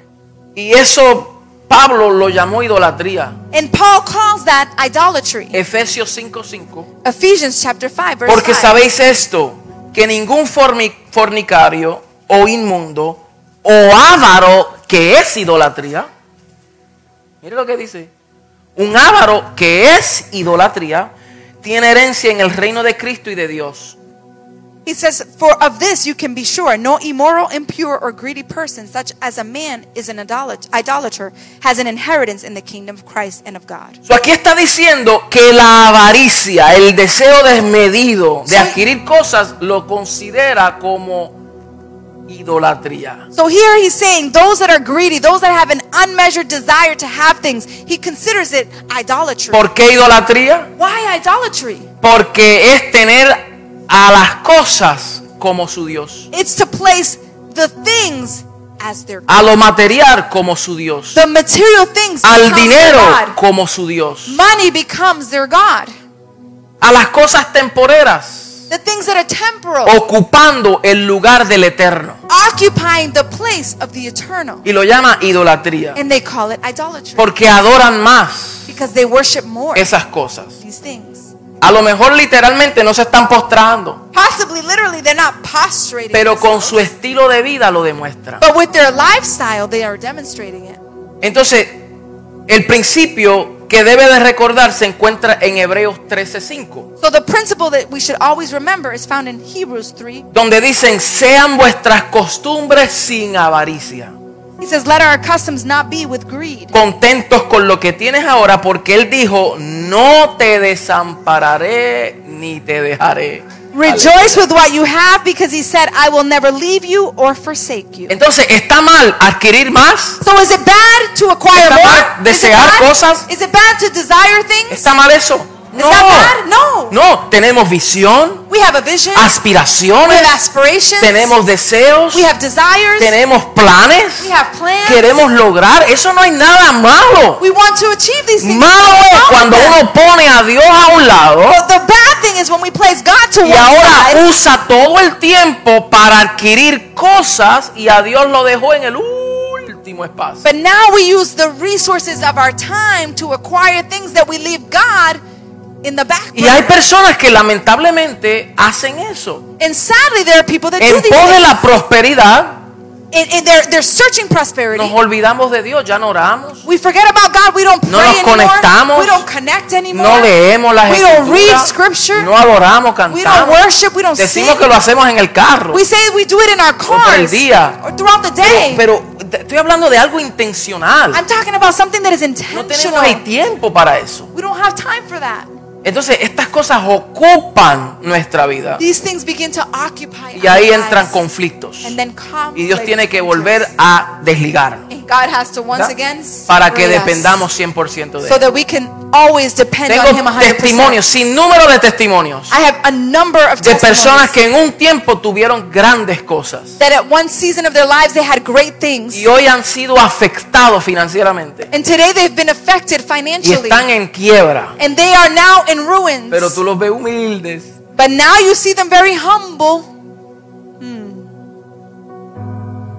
A: Y eso Pablo lo llamó idolatría.
B: And Paul calls that idolatry.
A: Efesios 5:5.
B: Ephesians chapter 5 verse
A: Porque
B: 5.
A: sabéis esto, que ningún formi- fornicario o inmundo o avaro que es idolatría. Mire lo que dice. Un avaro que es idolatría tiene herencia en el reino de Cristo y de Dios.
B: He says, For of this you can be sure, no immoral, impure, or greedy person, such as a man is an idolat- idolater, has an inheritance in the kingdom of Christ and of God.
A: So, aquí está diciendo que la avaricia, el deseo desmedido de
B: Sí.
A: adquirir cosas, lo considera como idolatría.
B: So here he's saying, Those that are greedy, those that have an unmeasured desire to have things, he considers it idolatry.
A: ¿Por qué idolatría?
B: Why idolatry?
A: Porque es tener a las cosas como su Dios,
B: It's to place the things as their
A: a lo material como su Dios,
B: The material things
A: al
B: become their
A: dinero
B: God.
A: como su Dios,
B: Money becomes their God.
A: a las cosas temporeras,
B: The things that are temporal,
A: Oh. ocupando el lugar del eterno.
B: occupying the place of the eternal.
A: Y lo llama idolatría,
B: And they call it idolatry
A: porque adoran más
B: because they worship more
A: esas cosas.
B: these things.
A: A lo mejor literalmente no se están postrando,
B: Possibly, literally, they're not prostrating.
A: pero con
B: themselves,
A: su estilo de vida lo demuestran.
B: but with their lifestyle, they are demonstrating it.
A: Entonces, el principio que debe de recordar se encuentra en Hebreos 13:5,
B: So the principle that we should always remember is found in Hebrews 3.
A: donde dicen, sean vuestras costumbres sin avaricia,
B: He says, Let our customs not be with greed,
A: contentos con lo que tienes ahora, porque él dijo, no te desampararé ni te dejaré.
B: rejoice with what you have, because he said, I will never leave you or forsake you.
A: Entonces, ¿está mal adquirir más?
B: So is it bad to acquire
A: ¿Está mal
B: more? Is it
A: desear
B: bad?
A: cosas?
B: Is it bad to desire things?
A: ¿Está mal eso?
B: Is that bad? No.
A: No, tenemos visión,
B: We have a vision. We
A: aspiraciones,
B: have aspirations.
A: tenemos deseos,
B: We have desires.
A: tenemos planes,
B: We have plans.
A: queremos lograr. Eso no hay nada malo.
B: We want to achieve these things.
A: Malo
B: Nothing
A: es
B: wrong
A: cuando
B: with them.
A: uno pone a Dios a un lado
B: But the bad thing is when we place God to
A: y
B: one
A: ahora
B: side,
A: usa todo el tiempo para adquirir cosas y a Dios lo dejó en el último espacio.
B: but now we use the resources of our time to acquire things that we leave God in the
A: Y hay
B: background.
A: personas que lamentablemente hacen eso.
B: And sadly, there are people that do
A: En
B: these
A: pos de
B: things.
A: la prosperidad,
B: And, and they're, they're searching prosperity.
A: nos olvidamos de Dios, ya no oramos,
B: We forget about God. We don't pray
A: No nos
B: anymore.
A: conectamos.
B: We don't connect anymore.
A: no leemos las
B: We don't read
A: escrituras,
B: scripture.
A: no adoramos,
B: we don't
A: cantamos.
B: worship. We don't
A: Decimos
B: sing.
A: que lo hacemos en el carro.
B: We say we do it in our
A: por el
B: cars
A: día.
B: or throughout the day.
A: Pero te- estoy hablando de algo intencional.
B: I'm talking about something that is
A: No
B: intentional.
A: tenemos ni tiempo para eso.
B: we don't have time for that.
A: Entonces estas cosas ocupan nuestra vida.
B: These things begin to occupy
A: Y ahí
B: our
A: entran
B: lives.
A: conflictos.
B: And then
A: Y Dios
B: conflict
A: tiene que
B: enters.
A: volver a desligarnos.
B: And God has to once
A: ¿verdad?
B: again
A: Para que
B: separate us
A: dependamos 100% de
B: so
A: Él.
B: that we can always depend on him
A: Tengo
B: 100%.
A: testimonios, sin número de testimonios,
B: I have a number of
A: de personas
B: testimonies
A: que en un tiempo tuvieron grandes cosas.
B: that at one season of their lives they had great things.
A: Y hoy han sido afectados financieramente.
B: And today they've been affected
A: Y
B: financially.
A: están en quiebra.
B: And they are now in ruins.
A: Pero tú los ves humildes.
B: But now you see them very humble,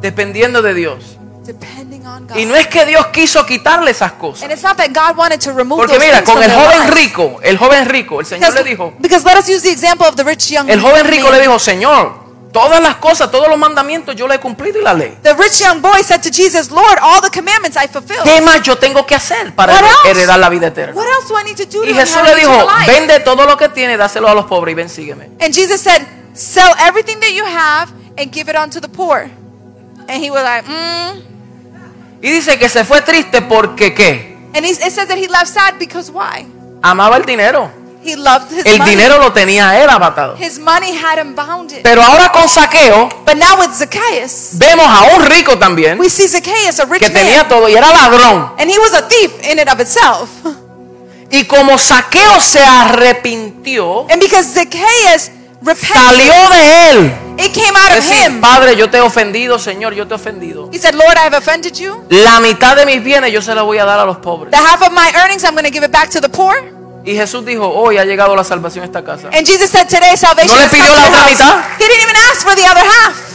A: dependiendo de Dios.
B: depending on God.
A: Y no es que Dios quiso quitarle esas cosas.
B: and it's not that God wanted to remove
A: Porque
B: those
A: mira,
B: things
A: con
B: from
A: el
B: their
A: joven
B: lives.
A: rico, el joven rico, el Señor le dijo,
B: Because, because let us use the example of the rich young
A: el joven rico
B: man.
A: le dijo, Señor, todas las cosas, todos los mandamientos yo le he cumplido y la ley.
B: The rich young boy said to Jesus, Lord, all the commandments I fulfilled.
A: ¿Qué más yo tengo que hacer para
B: What else?
A: heredar la vida eterna?
B: What else do I need to do to
A: Y Jesús
B: inherit
A: le
B: eternal
A: dijo,
B: life?
A: vende todo lo que tienes, dáselo a los pobres y ven, sígueme.
B: And Jesus said, sell everything that you have and give it unto the poor. And he was like, mm.
A: Y dice que se fue triste porque qué?
B: And he, it says that he left sad because why?
A: Amaba el dinero.
B: He loved his
A: El
B: money.
A: dinero lo tenía él abatado.
B: His money had him bounded.
A: Pero ahora con saqueo
B: But now with Zacchaeus,
A: vemos a un rico también
B: we see Zacchaeus, a rich
A: que
B: man,
A: tenía todo y era ladrón.
B: and he was a thief in and of itself. *laughs*
A: Y como saqueo se arrepintió,
B: And because Zacchaeus repented,
A: salió de él.
B: it came out of
A: Decir,
B: him.
A: Padre, yo te he ofendido, Señor, yo te he ofendido.
B: He said, Lord, I have offended you.
A: La mitad de mis bienes yo se la voy a dar a los pobres.
B: The half of my earnings, I'm going to give it back to the poor.
A: Y Jesús dijo, hoy ha llegado la salvación a esta casa.
B: And Jesus said, today salvation
A: No le
B: has come
A: pidió la
B: to
A: otra
B: the house.
A: mitad.
B: He didn't even ask for the other half.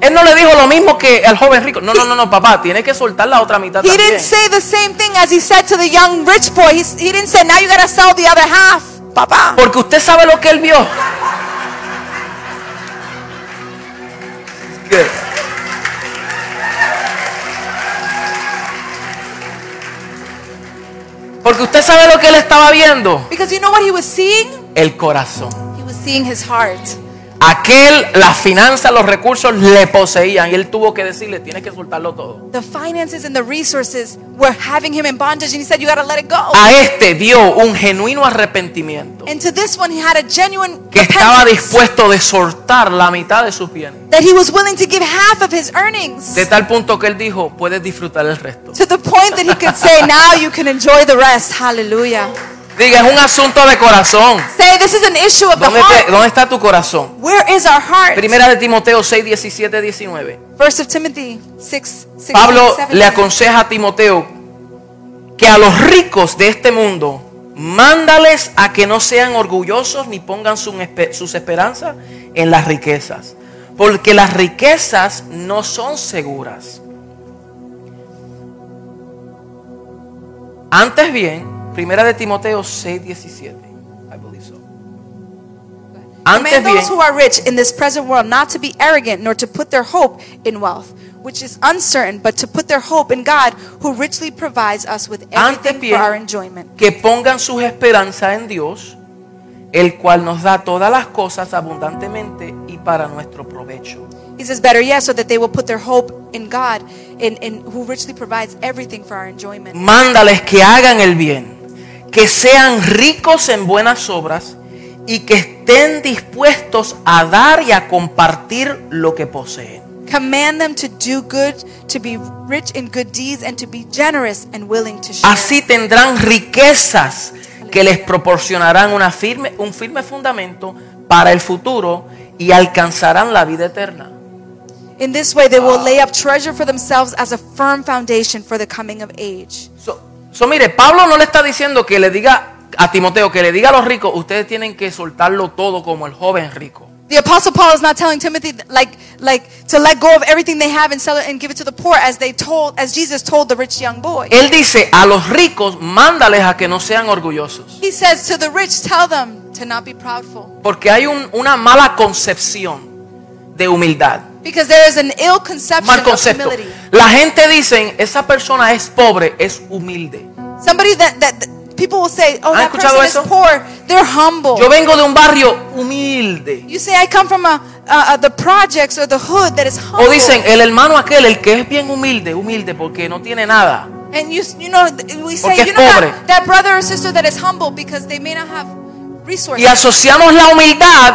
A: Él no le dijo lo mismo que al joven rico. No, no, no, no, papá, tienes que soltar la otra mitad
B: He
A: también.
B: didn't say the same thing as he said to the young rich boy. He, he didn't say, now you got to sell the other half, papa.
A: Porque usted sabe lo que él vio. Good. Porque usted sabe lo que él estaba viendo.
B: Because you know what he was seeing?
A: El corazón.
B: He was seeing his heart.
A: Aquel, las finanzas, los recursos le poseían y él tuvo que decirle, tienes que soltarlo todo.
B: The finances and the resources were having him in bondage, and he said, you got to let it go.
A: A este vio un genuino arrepentimiento
B: And to this one, he had a genuine
A: que estaba
B: repentance.
A: dispuesto de soltar la mitad de sus bienes.
B: that he was willing to give half of his earnings
A: De tal punto que él dijo, puedes disfrutar el resto.
B: to the point that he
A: *laughs*
B: could say, Now you can enjoy the rest. Hallelujah.
A: Diga, es un asunto de corazón.
B: Say, this is an issue of the
A: ¿Dónde, te-
B: heart.
A: dónde está tu corazón?
B: Where is our heart?
A: Primera de Timoteo 6, 17, 19.
B: Verse of Timothy 6, 6
A: Pablo le
B: 17.
A: aconseja a Timoteo que a los ricos de este mundo mándales a que no sean orgullosos ni pongan su- sus esperanzas en las riquezas. Porque las riquezas no son seguras. Antes bien, primera de Timoteo 6, 17. I believe so. Antes
B: Command
A: bien,
B: those who are rich in this present world not to be arrogant nor to put their hope in wealth, which is uncertain, but to put their hope in God, who richly provides us with
A: Antes
B: everything
A: bien-
B: for our enjoyment.
A: que pongan sus esperanzas en Dios, el cual nos da todas las cosas abundantemente y para nuestro provecho.
B: He says, Better yet, so that they will put their hope in God, in, in who richly provides everything for our enjoyment.
A: Mándales que hagan el bien, que sean ricos en buenas obras y que estén dispuestos a dar y a compartir lo que poseen.
B: Command them to do good, to be rich in good deeds, and to be generous and willing to share.
A: Así tendrán riquezas que les proporcionarán una firme, un firme fundamento para el futuro y alcanzarán la vida eterna.
B: In this way, they
A: Ah.
B: will lay up treasure for themselves as a firm foundation for the coming of age.
A: So, so, mire, Pablo no le está diciendo que le diga a Timoteo, que le diga a los ricos, ustedes tienen que soltarlo todo como el joven rico.
B: The Apostle Paul is not telling Timothy like like to let go of everything they have and sell it and give it to the poor, as they told as Jesus told the rich young boy.
A: Él dice, a los ricos, mándales a que no sean orgullosos.
B: He says to the rich, tell them to not be proudful,
A: Porque hay un- una mala concepción de humildad.
B: because there is an ill
A: Un
B: conception
A: Mal
B: of
A: concepto.
B: humility.
A: La gente dice, esa persona es pobre, es humilde.
B: Somebody that, that that people will say, oh,
A: ¿Han
B: that
A: escuchado
B: person
A: eso?
B: is poor. They're humble.
A: Yo vengo de un barrio humilde.
B: You say I come from a, a, a the projects or the hood that is humble.
A: O dicen, el hermano aquel, el que es bien humilde, humilde porque no tiene nada.
B: and you s- you know th- we say
A: Porque es
B: you know that,
A: pobre.
B: that brother or sister that is humble because they may not have resources.
A: Y asociamos la humildad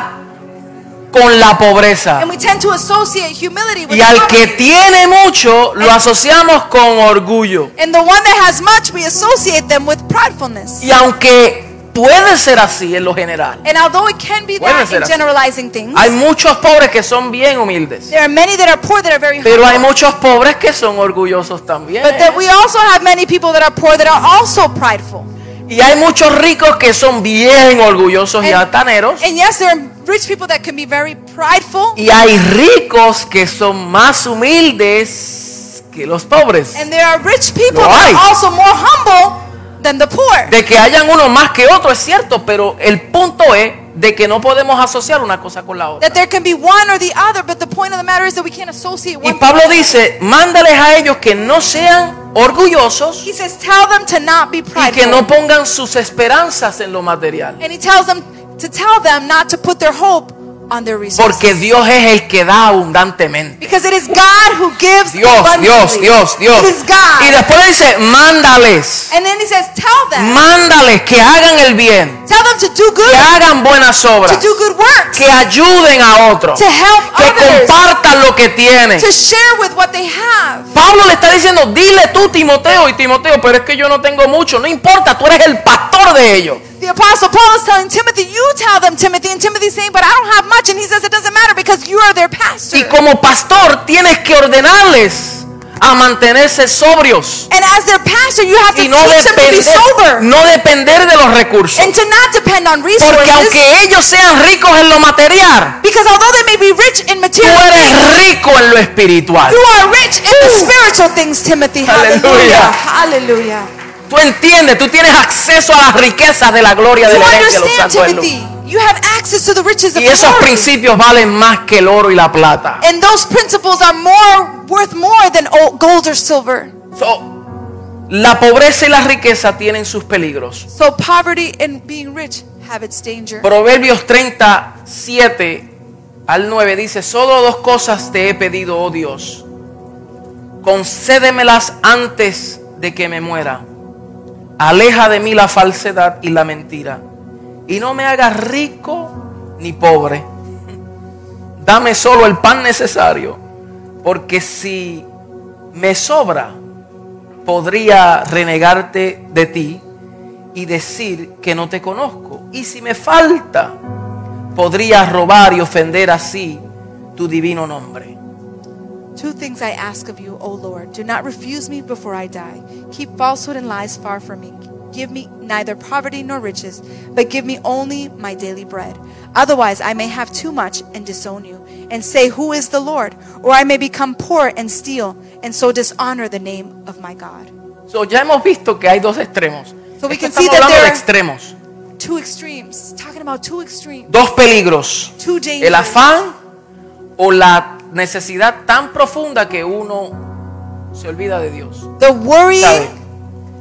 A: con la pobreza.
B: And we tend to associate humility with
A: Y al
B: poverty.
A: que tiene mucho lo asociamos con orgullo.
B: and the one that has much we associate them with pridefulness.
A: Y aunque puede ser así en lo general,
B: And although it can be
A: Puede
B: that
A: ser
B: in
A: así.
B: generalizing things,
A: hay muchos pobres que son bien humildes,
B: there are many that are poor that are very
A: pero hay
B: humble.
A: muchos pobres que son orgullosos también.
B: But that we also have many people that are poor that are also prideful.
A: Y hay muchos ricos que son bien orgullosos y
B: And-
A: altaneros.
B: And yes, there are rich people that can be very prideful.
A: Y hay ricos que son más humildes que los pobres.
B: And there are rich people
A: Lo
B: that
A: hay.
B: are also more humble than the poor.
A: De que hayan uno más que otro es cierto, pero el punto es de que no podemos asociar una cosa con la otra.
B: That there can be one or the other, but the point of the matter is that we can't associate
A: Y
B: one.
A: Pablo dice, mándales a ellos que no sean orgullosos
B: He says, tell them to not be
A: y
B: prideful.
A: que no pongan sus esperanzas en lo material.
B: And he tells them to tell them not to put their hope on their resources.
A: Porque Dios es el que da abundantemente.
B: because it is God who gives
A: Dios, Dios,
B: abundantly.
A: Dios, Dios.
B: It is God.
A: Y después dice, mándales,
B: and then he says, tell them,
A: mándales que hagan el bien,
B: tell them to do
A: que
B: good,
A: hagan buenas
B: to
A: obras,
B: do good works,
A: que ayuden a otros,
B: to help
A: que
B: others,
A: compartan lo que tienen.
B: to share with what they have.
A: Pablo le está diciendo, dile tú Timoteo y Timoteo, pero es que yo no tengo mucho, no importa, tú eres el pastor de ellos.
B: The apostle Paul is telling Timothy, you tell them, Timothy, and Timothy's saying, but I don't have much, and he says it doesn't matter because you are their pastor.
A: Y como pastor tienes que ordenarles a mantenerse sobrios
B: and as their pastor, you have to
A: y no
B: teach them to be
A: depender,
B: sober
A: no depender de los recursos.
B: and to not depend on
A: Porque
B: resources.
A: aunque ellos sean ricos en lo material,
B: Because although they may be rich in
A: tú
B: material things,
A: eres rico en lo espiritual.
B: you are rich in the spiritual things, Timothy.
A: Hallelujah.
B: Hallelujah.
A: Tú entiendes, tú tienes acceso a las riquezas de la gloria de
B: You
A: la herencia de los
B: understand,
A: santos del
B: Timothy. You have access to the riches of
A: Y esos
B: glory.
A: principios valen más que el oro y la plata.
B: And those principles are more worth more than old- gold or silver.
A: So, la pobreza y la riqueza tienen sus peligros.
B: So poverty and being rich have its danger.
A: Proverbios 37 al 9 dice, solo dos cosas te he pedido, oh Dios. Concédemelas antes de que me muera. Aleja de mí la falsedad y la mentira. Y no me hagas rico ni pobre. *laughs* Dame solo el pan necesario. Porque si me sobra, podría renegarte de ti y decir que no te conozco. Y si me falta, podría robar y ofender así tu divino nombre.
B: Two things I ask of you, O Lord. Do not refuse me before I die. Keep falsehood and lies far from me. Give me neither poverty nor riches, but give me only my daily bread. Otherwise, I may have too much and disown you, and say, Who is the Lord? Or I may become poor and steal, and so dishonor the name of my God.
A: So, ya hemos visto que hay dos extremos.
B: So we
A: Esto
B: can
A: estamos
B: see that
A: hablando de
B: there-
A: extremos.
B: Two extremes. Talking about two extremes.
A: Dos peligros.
B: Two dangers.
A: El afán o la necesidad tan profunda que uno se olvida de Dios.
B: The worrying
A: ¿sabe?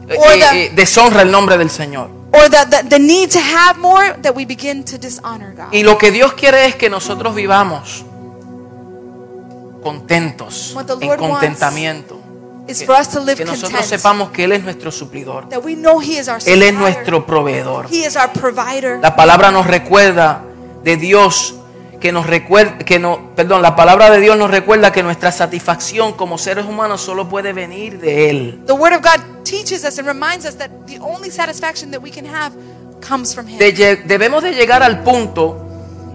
A: Eh,
B: Or
A: eh,
B: the-
A: eh, deshonra el nombre del Señor.
B: or the, the, the need to have more that we begin to dishonor God.
A: Y lo que Dios quiere es que nosotros vivamos contentos,
B: What the
A: en
B: Lord wants
A: contentamiento.
B: It's
A: Que,
B: for us to live
A: que nosotros
B: content.
A: sepamos que Él es nuestro suplidor.
B: That we know He is our
A: Él es
B: supplier.
A: nuestro proveedor.
B: He is our provider.
A: La palabra nos recuerda de Dios que nos recuerda que no, perdón, la palabra de Dios nos recuerda que nuestra satisfacción como seres humanos solo puede venir de él.
B: The Word of God teaches us and reminds us that the only satisfaction that we can have comes from Him.
A: De lle- debemos de llegar al punto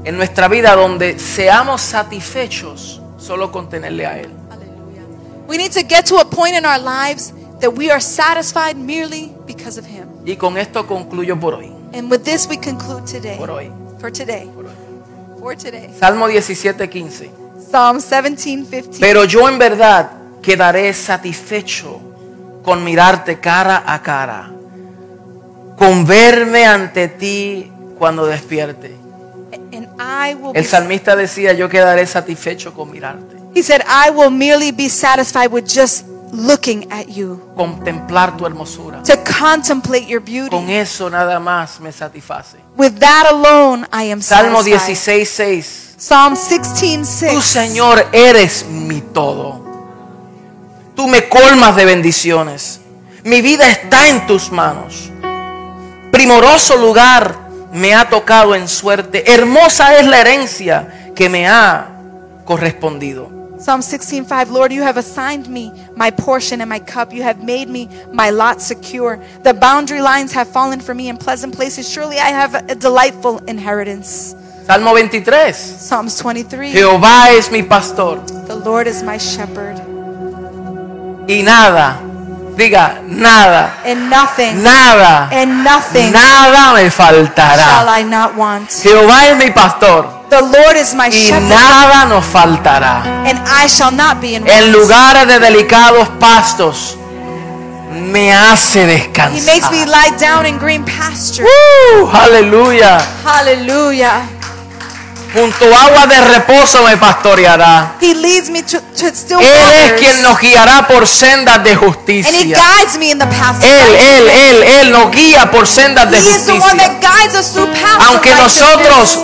A: en nuestra vida donde seamos satisfechos solo con tenerle a él.
B: Hallelujah. We need to get to a point in our lives that we are satisfied merely because of Him.
A: Y con esto concluyo por hoy.
B: And with this, we conclude today.
A: Por hoy.
B: For today.
A: Por hoy.
B: For today.
A: Salmo 17:15.
B: Psalm 17, 15.
A: Pero yo en verdad quedaré satisfecho con mirarte cara a cara, con verme ante ti cuando despierte.
B: and I will
A: El
B: be
A: salmista decía, yo quedaré satisfecho con mirarte,
B: He said, I will merely be satisfied with just looking at you,
A: contemplar tu hermosura.
B: to contemplate your beauty.
A: Con eso nada más me satisface.
B: With that alone, I am
A: Salmo
B: satisfied.
A: 16:6.
B: Psalm 16, 6.
A: Tú, Señor, eres mi todo. Tú me colmas de bendiciones. Mi vida está en tus manos. Primoroso lugar me ha tocado en suerte. Hermosa es la herencia que me ha correspondido.
B: Psalm 16, 5. Lord, you have assigned me my portion and my cup. You have made me my lot secure. The boundary lines have fallen for me in pleasant places. Surely I have a delightful inheritance.
A: Salmo 23.
B: Psalms 23.
A: Jehová es mi pastor
B: The Lord is my shepherd,
A: y nada, diga, nada,
B: and nothing,
A: nada,
B: and nothing
A: nada me
B: shall
A: faltará.
B: I not want.
A: Jehová es mi pastor
B: The Lord is my
A: y
B: shepherd,
A: nada nos faltará.
B: and I shall not be in
A: En
B: want.
A: lugares de delicados pastos me hace
B: He makes me
A: descansar.
B: lie down in green pasture.
A: ¡Uh! aleluya.
B: Hallelujah.
A: Junto a agua de reposo me pastoreará.
B: He leads me to, to still
A: Él es
B: waters.
A: quien nos guiará por sendas de
B: and he
A: justicia.
B: guides me in the paths. of
A: Él, él,
B: righteousness.
A: él, él nos guía por sendas de
B: He is the one
A: justicia.
B: that guides us through paths. of
A: Aunque
B: righteousness.
A: nosotros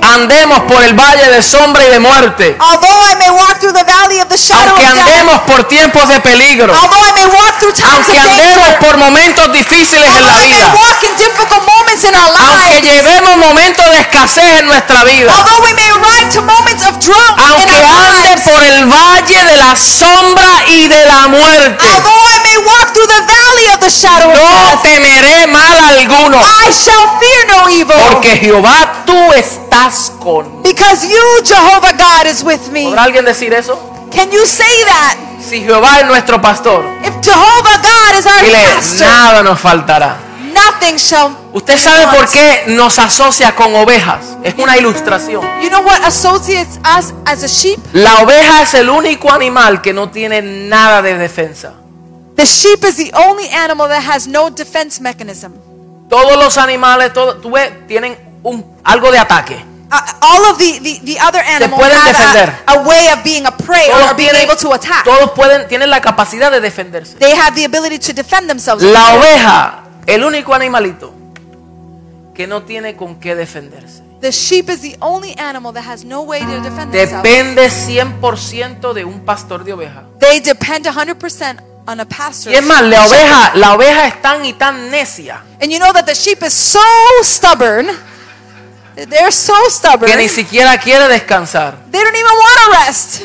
A: andemos por el valle de sombra y de muerte,
B: Although I may walk through the valley of the shadow
A: aunque
B: of death,
A: andemos por tiempos de peligro,
B: although I may walk through times of
A: aunque andemos
B: danger,
A: por momentos difíciles en
B: although
A: la
B: I may
A: vida,
B: walk in difficult moments in our
A: aunque
B: lives,
A: llevemos momentos de escasez en nuestra vida,
B: although we may arrive to moments of drought in
A: aunque
B: our
A: ande
B: lives,
A: por el valle de la sombra y de la muerte,
B: although I may walk through the valley of the shadow of
A: no
B: death,
A: temeré mal alguno,
B: I shall fear no evil,
A: porque Jehová tú estás conmigo.
B: because you, Jehovah God, is with me.
A: ¿Podrá alguien decir eso?
B: Can you say that?
A: Si Jehová es nuestro pastor,
B: If Jehovah God is our
A: dile,
B: pastor,
A: nada nos faltará.
B: nothing shall.
A: Usted sabe por qué nos asocia con ovejas. Es una ilustración.
B: You know what associates us as a sheep?
A: La oveja es el único animal que no tiene nada de defensa.
B: The sheep is the only animal that has no defense mechanism.
A: Todos los animales, todo, tú ves, tienen un, algo de ataque.
B: Uh, all of the, the, the other animals
A: pueden
B: have
A: defender.
B: a, a way of being a prey or
A: Todos
B: being
A: tienen,
B: able to attack.
A: todos pueden, tienen la capacidad de defenderse.
B: They have the ability to defend themselves.
A: La oveja, el único animalito que no tiene con qué defenderse.
B: The sheep is the only animal that has no way to defend themselves.
A: Depende 100% de un pastor de ovejas.
B: They depend 100% on a pastor.
A: Y es más, la oveja, la oveja es tan y tan necia
B: And you know that the sheep is so stubborn. They're so stubborn.
A: que ni siquiera quiere descansar.
B: They don't even want to rest.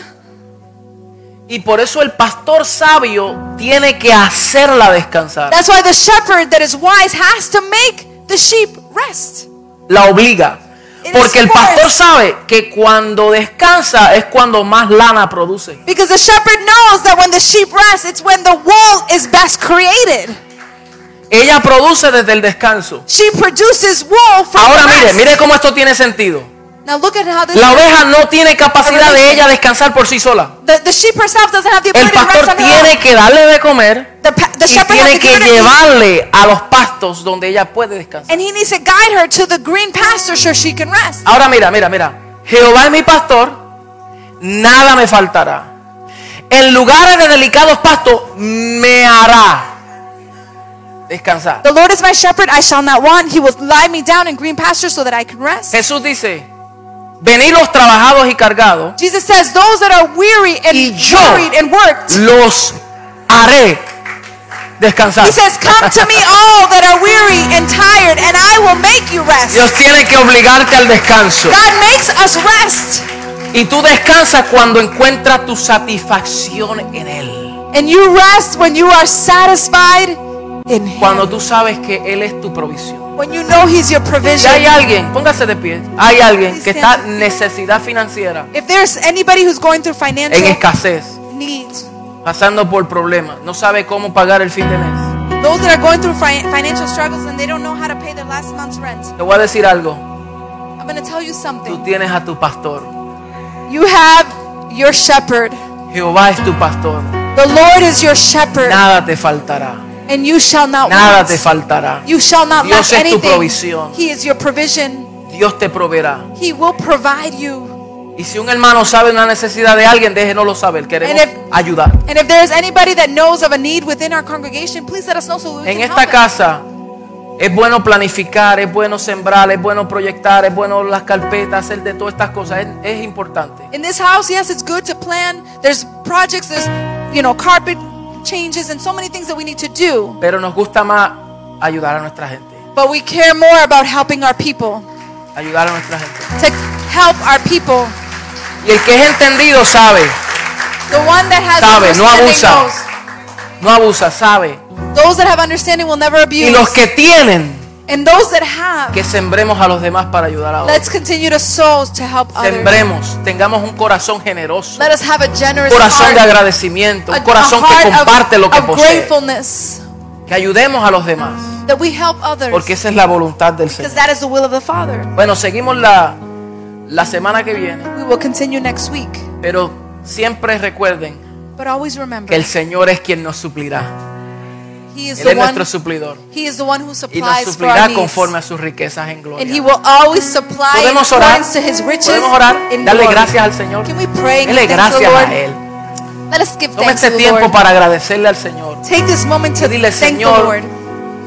A: Y por eso el pastor sabio tiene que hacerla descansar.
B: That's why the shepherd that is wise has to make the sheep rest.
A: La obliga.
B: It is
A: Porque el
B: forced.
A: pastor sabe que cuando descansa es cuando más lana produce.
B: Because the shepherd knows that when the sheep rests, it's when the wool is best created.
A: Ella produce desde el descanso.
B: She produces wool from
A: Ahora
B: the
A: mire,
B: rest.
A: mire cómo esto tiene sentido.
B: Now look at how this
A: La oveja no tiene capacidad de ella descansar por sí sola.
B: the, the sheep herself doesn't have the
A: El
B: ability to rest
A: pastor
B: on her
A: tiene
B: own.
A: que darle de comer
B: The, pa- the
A: y
B: shepherd has
A: tiene que
B: to give her to eat,
A: llevarle a los pastos donde ella puede descansar.
B: and he needs to guide her to the green pasture so she can rest.
A: Ahora mira, mira, mira. Jehová es mi pastor, nada me faltará. En lugares de delicados pastos me hará descansar.
B: The Lord is my shepherd; I shall not want. He will lie me down in green pasture so that I can rest.
A: Jesús dice, venid los trabajados y cargados,
B: Jesus says, "Those that are weary and
A: Y yo-
B: worried and worked."
A: los haré descansar. *laughs*
B: He says, Come to me, all that are weary and tired, and I will make you rest.
A: Dios tiene que obligarte al descanso.
B: God makes us rest,
A: Y tú descansas cuando encuentras tu satisfacción en Él.
B: and you rest when you are satisfied in Him.
A: Cuando tú sabes que Él es tu provisión.
B: When you know He's your
A: Si hay
B: provision.
A: alguien, póngase de pie. Hay alguien que está en necesidad financiera,
B: If there's anybody who's going through
A: en
B: financial
A: escasez,
B: needs,
A: pasando por problemas, no sabe cómo pagar el fin de mes.
B: those that are going through fi- financial struggles and they don't know how to pay their last month's rent,
A: Te voy a decir algo.
B: I'm going to tell you
A: Tú
B: something.
A: tienes a tu pastor.
B: You have your shepherd.
A: Jehová es tu pastor.
B: The Lord is your shepherd,
A: Nada te faltará.
B: and you shall not
A: Nada
B: want.
A: te faltará.
B: You shall not
A: Dios es
B: lack
A: tu
B: anything.
A: provisión.
B: He is your provision.
A: Dios te proveerá.
B: He will provide you.
A: Y si un hermano sabe una necesidad de alguien, déjenoslo saber. Queremos
B: And if-
A: ayudar.
B: And if there is anybody that knows of a need within our congregation, please let us know so we
A: En
B: can
A: esta
B: help. them.
A: casa es bueno planificar, es bueno sembrar, es bueno proyectar, es bueno las carpetas, hacer de todas estas cosas. Es- es importante.
B: In this house, yes, it's good to plan. There's projects, there's you know carpet changes, and so many things that we need to do.
A: Pero nos gusta más ayudar a nuestra gente.
B: But we care more about helping our people
A: Ayudar a nuestra gente.
B: to help our people.
A: Y el que es entendido sabe,
B: The one that has
A: Sabe, no
B: understanding
A: abusa. no abusa, sabe.
B: knows. Those that have understanding will never
A: Y
B: abuse.
A: los que tienen,
B: and those that have,
A: que sembremos a los demás para ayudar a otros.
B: let's continue to sow to help others.
A: Sembremos, tengamos un corazón generoso,
B: Let us have a generous
A: un corazón de
B: heart,
A: agradecimiento,
B: a,
A: un corazón
B: a
A: que
B: heart
A: comparte
B: of,
A: lo que
B: of
A: posee.
B: gratefulness
A: Que ayudemos a los demás,
B: that we help others
A: porque esa es la voluntad del
B: because
A: Señor.
B: that is the will of the Father.
A: Bueno, seguimos la, la semana que viene,
B: We will continue next week,
A: pero siempre recuerden
B: but always
A: que
B: remember
A: el Señor es quien nos suplirá.
B: He is
A: Él
B: the
A: es nuestro
B: one.
A: suplidor.
B: He is the one
A: y
B: who
A: nos
B: supplies for our
A: suplirá
B: needs,
A: conforme a sus riquezas en gloria.
B: and He will always supply in
A: Podemos orar,
B: accordance to His riches
A: podemos orar,
B: in
A: darle
B: glory.
A: gracias al Señor,
B: Can we pray? and
A: dele
B: give thanks to the
A: gracias a
B: Lord?
A: Él.
B: Let us give
A: Toma
B: thanks to
A: este
B: the
A: tiempo
B: Lord.
A: para agradecerle al Señor.
B: Take this moment to
A: Y dile,
B: thank the
A: Señor,
B: Lord.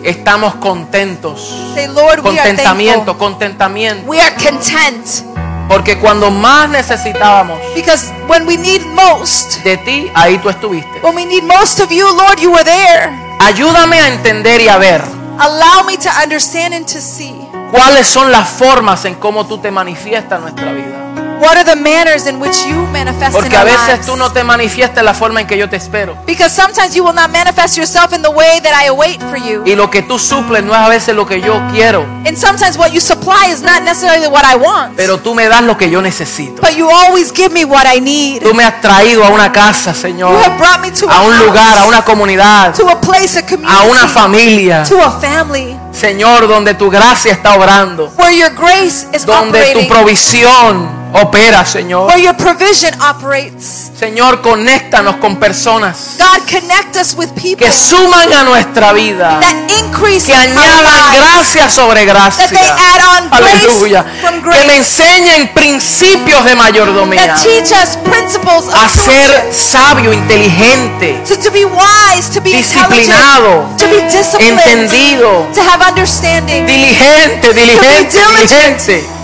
A: Estamos contentos.
B: Say, Lord, we are
A: Contentamiento,
B: thankful.
A: contentamiento.
B: We are content.
A: Porque cuando más necesitábamos
B: Because when we need most,
A: de ti, ahí tú estuviste.
B: when we need most of you, Lord, you were there.
A: Ayúdame a entender y a ver
B: Allow me to understand and to see
A: cuáles son las formas en cómo tú te manifiestas en nuestra vida.
B: what are the manners in which you manifest in
A: Porque a
B: our
A: veces
B: lives.
A: tú no te manifiestas en la forma en que yo te espero.
B: Because sometimes you will not manifest yourself in the way that I await for you.
A: Y lo que tú suples no es a veces lo que yo quiero,
B: And sometimes what you supply is not necessarily what I want.
A: pero tú me das lo que yo necesito.
B: But you always give me what I need.
A: Tú me has traído a una casa,
B: You
A: Señor,
B: have brought me to a,
A: a un
B: house,
A: lugar, a una comunidad,
B: to a place, a community,
A: a una familia,
B: to a family
A: Señor, donde tu gracia está obrando,
B: where your grace is
A: donde tu
B: operating,
A: provisión opera, Señor.
B: where your provision operates.
A: Señor, conéctanos con personas
B: God, connect us with people
A: que suman a nuestra vida,
B: that increase
A: que
B: our
A: añadan
B: lives,
A: gracia sobre gracia.
B: that they add on grace
A: Aleluya.
B: from
A: Que me
B: grace,
A: enseñen principios de mayordomía.
B: that teach us principles
A: A
B: of
A: ser
B: stewardship,
A: sabio, inteligente,
B: to, to be wise, to be
A: disciplinado,
B: intelligent, to be disciplined,
A: entendido,
B: to have understanding,
A: diligente,
B: to be
A: diligente,
B: diligent,
A: diligente.
B: diligent,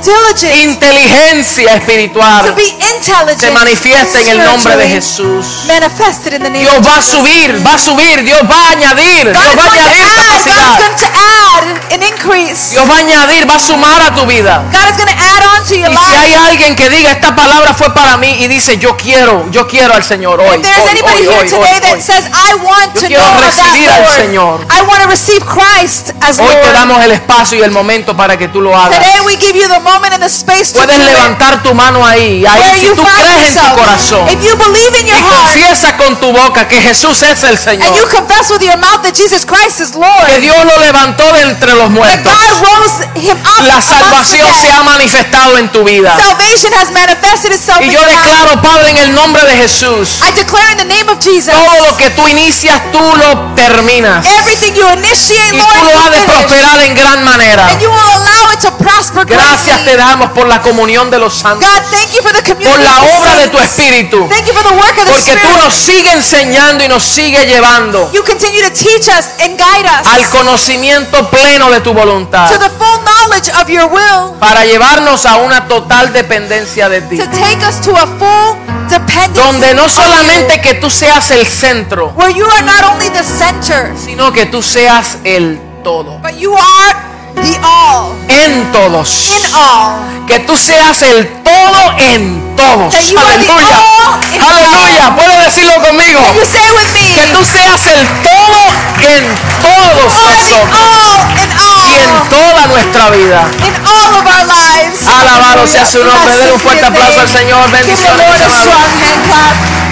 A: Inteligencia
B: to
A: espiritual
B: be intelligent,
A: se manifiesta en el nombre de
B: spiritually.
A: Jesús.
B: manifested in the name
A: Dios
B: of
A: va a
B: Jesus.
A: subir, va a subir, Dios va a añadir, Dios
B: God is
A: va a
B: going to
A: añadir
B: add. God
A: capacidad.
B: is going to add an increase.
A: Dios va a añadir, va a sumar a tu vida.
B: God is going to add on to your
A: Y si hay
B: life.
A: alguien que diga esta palabra fue para mí y dice yo quiero, yo quiero al Señor hoy,
B: If there's
A: hoy,
B: anybody
A: hoy,
B: here
A: hoy,
B: today
A: hoy,
B: that
A: hoy.
B: says, I want
A: Yo
B: to
A: quiero
B: know of that
A: recibir al
B: Lord.
A: Señor."
B: I want to receive Christ as
A: Hoy te
B: Lord.
A: damos el espacio y el momento para que tú lo hagas.
B: Today we give you the moment and the space to do
A: Puedes
B: it.
A: levantar tu mano ahí,
B: Where
A: ahí si
B: you
A: tú
B: find
A: crees en
B: yourself.
A: tu corazón
B: If you believe in your
A: y
B: heart
A: confiesas con tu boca que Jesús es el
B: and you
A: Señor,
B: confess with your mouth that Jesus Christ is
A: que
B: Lord,
A: Dios lo levantó de entre los
B: that
A: muertos,
B: God rose him up
A: la
B: amongst the
A: salvación se
B: dead.
A: ha manifestado en tu vida.
B: Salvation has manifested itself
A: Y
B: in
A: yo
B: your life.
A: declaro, Padre, en el nombre de Jesús,
B: I declare in the name of Jesus.
A: todo lo que tú inicias, tú lo terminas.
B: Everything you initiate,
A: Y
B: Lord,
A: tú lo
B: you
A: has de
B: finish.
A: prosperar en gran manera.
B: And you will allow it to prosper
A: Gracias te
B: greatly.
A: damos por la comunión de los santos,
B: God, thank you for the community.
A: por la
B: of the
A: obra de tu
B: saints.
A: Espíritu.
B: Thank you for the work of the
A: Porque tú
B: Spirit.
A: nos sigues enseñando y nos sigues llevando
B: You continue to teach us and guide us
A: al conocimiento pleno de tu voluntad
B: to the full knowledge of your will
A: para llevarnos a una total dependencia de ti.
B: to take us to a full dependence
A: Donde no
B: on
A: solamente que tú seas el centro,
B: you, where you are not only the center,
A: sino que tú seas el todo.
B: but you are the all
A: En todos.
B: in all.
A: Que tú seas el todo en todos.
B: That you are the
A: Aleluya.
B: all in all.
A: Aleluya. Puedes decirlo conmigo.
B: Can you say with me?
A: Que tú seas el todo en todos
B: You are the
A: nosotros
B: all in
A: y en
B: all
A: toda nuestra vida.
B: in all of our lives.
A: Alabado sea su nombre. Denle un fuerte aplauso al Señor.
B: Give the
A: Bendiciones,
B: Lord a
A: mis amados.
B: strong hand clap.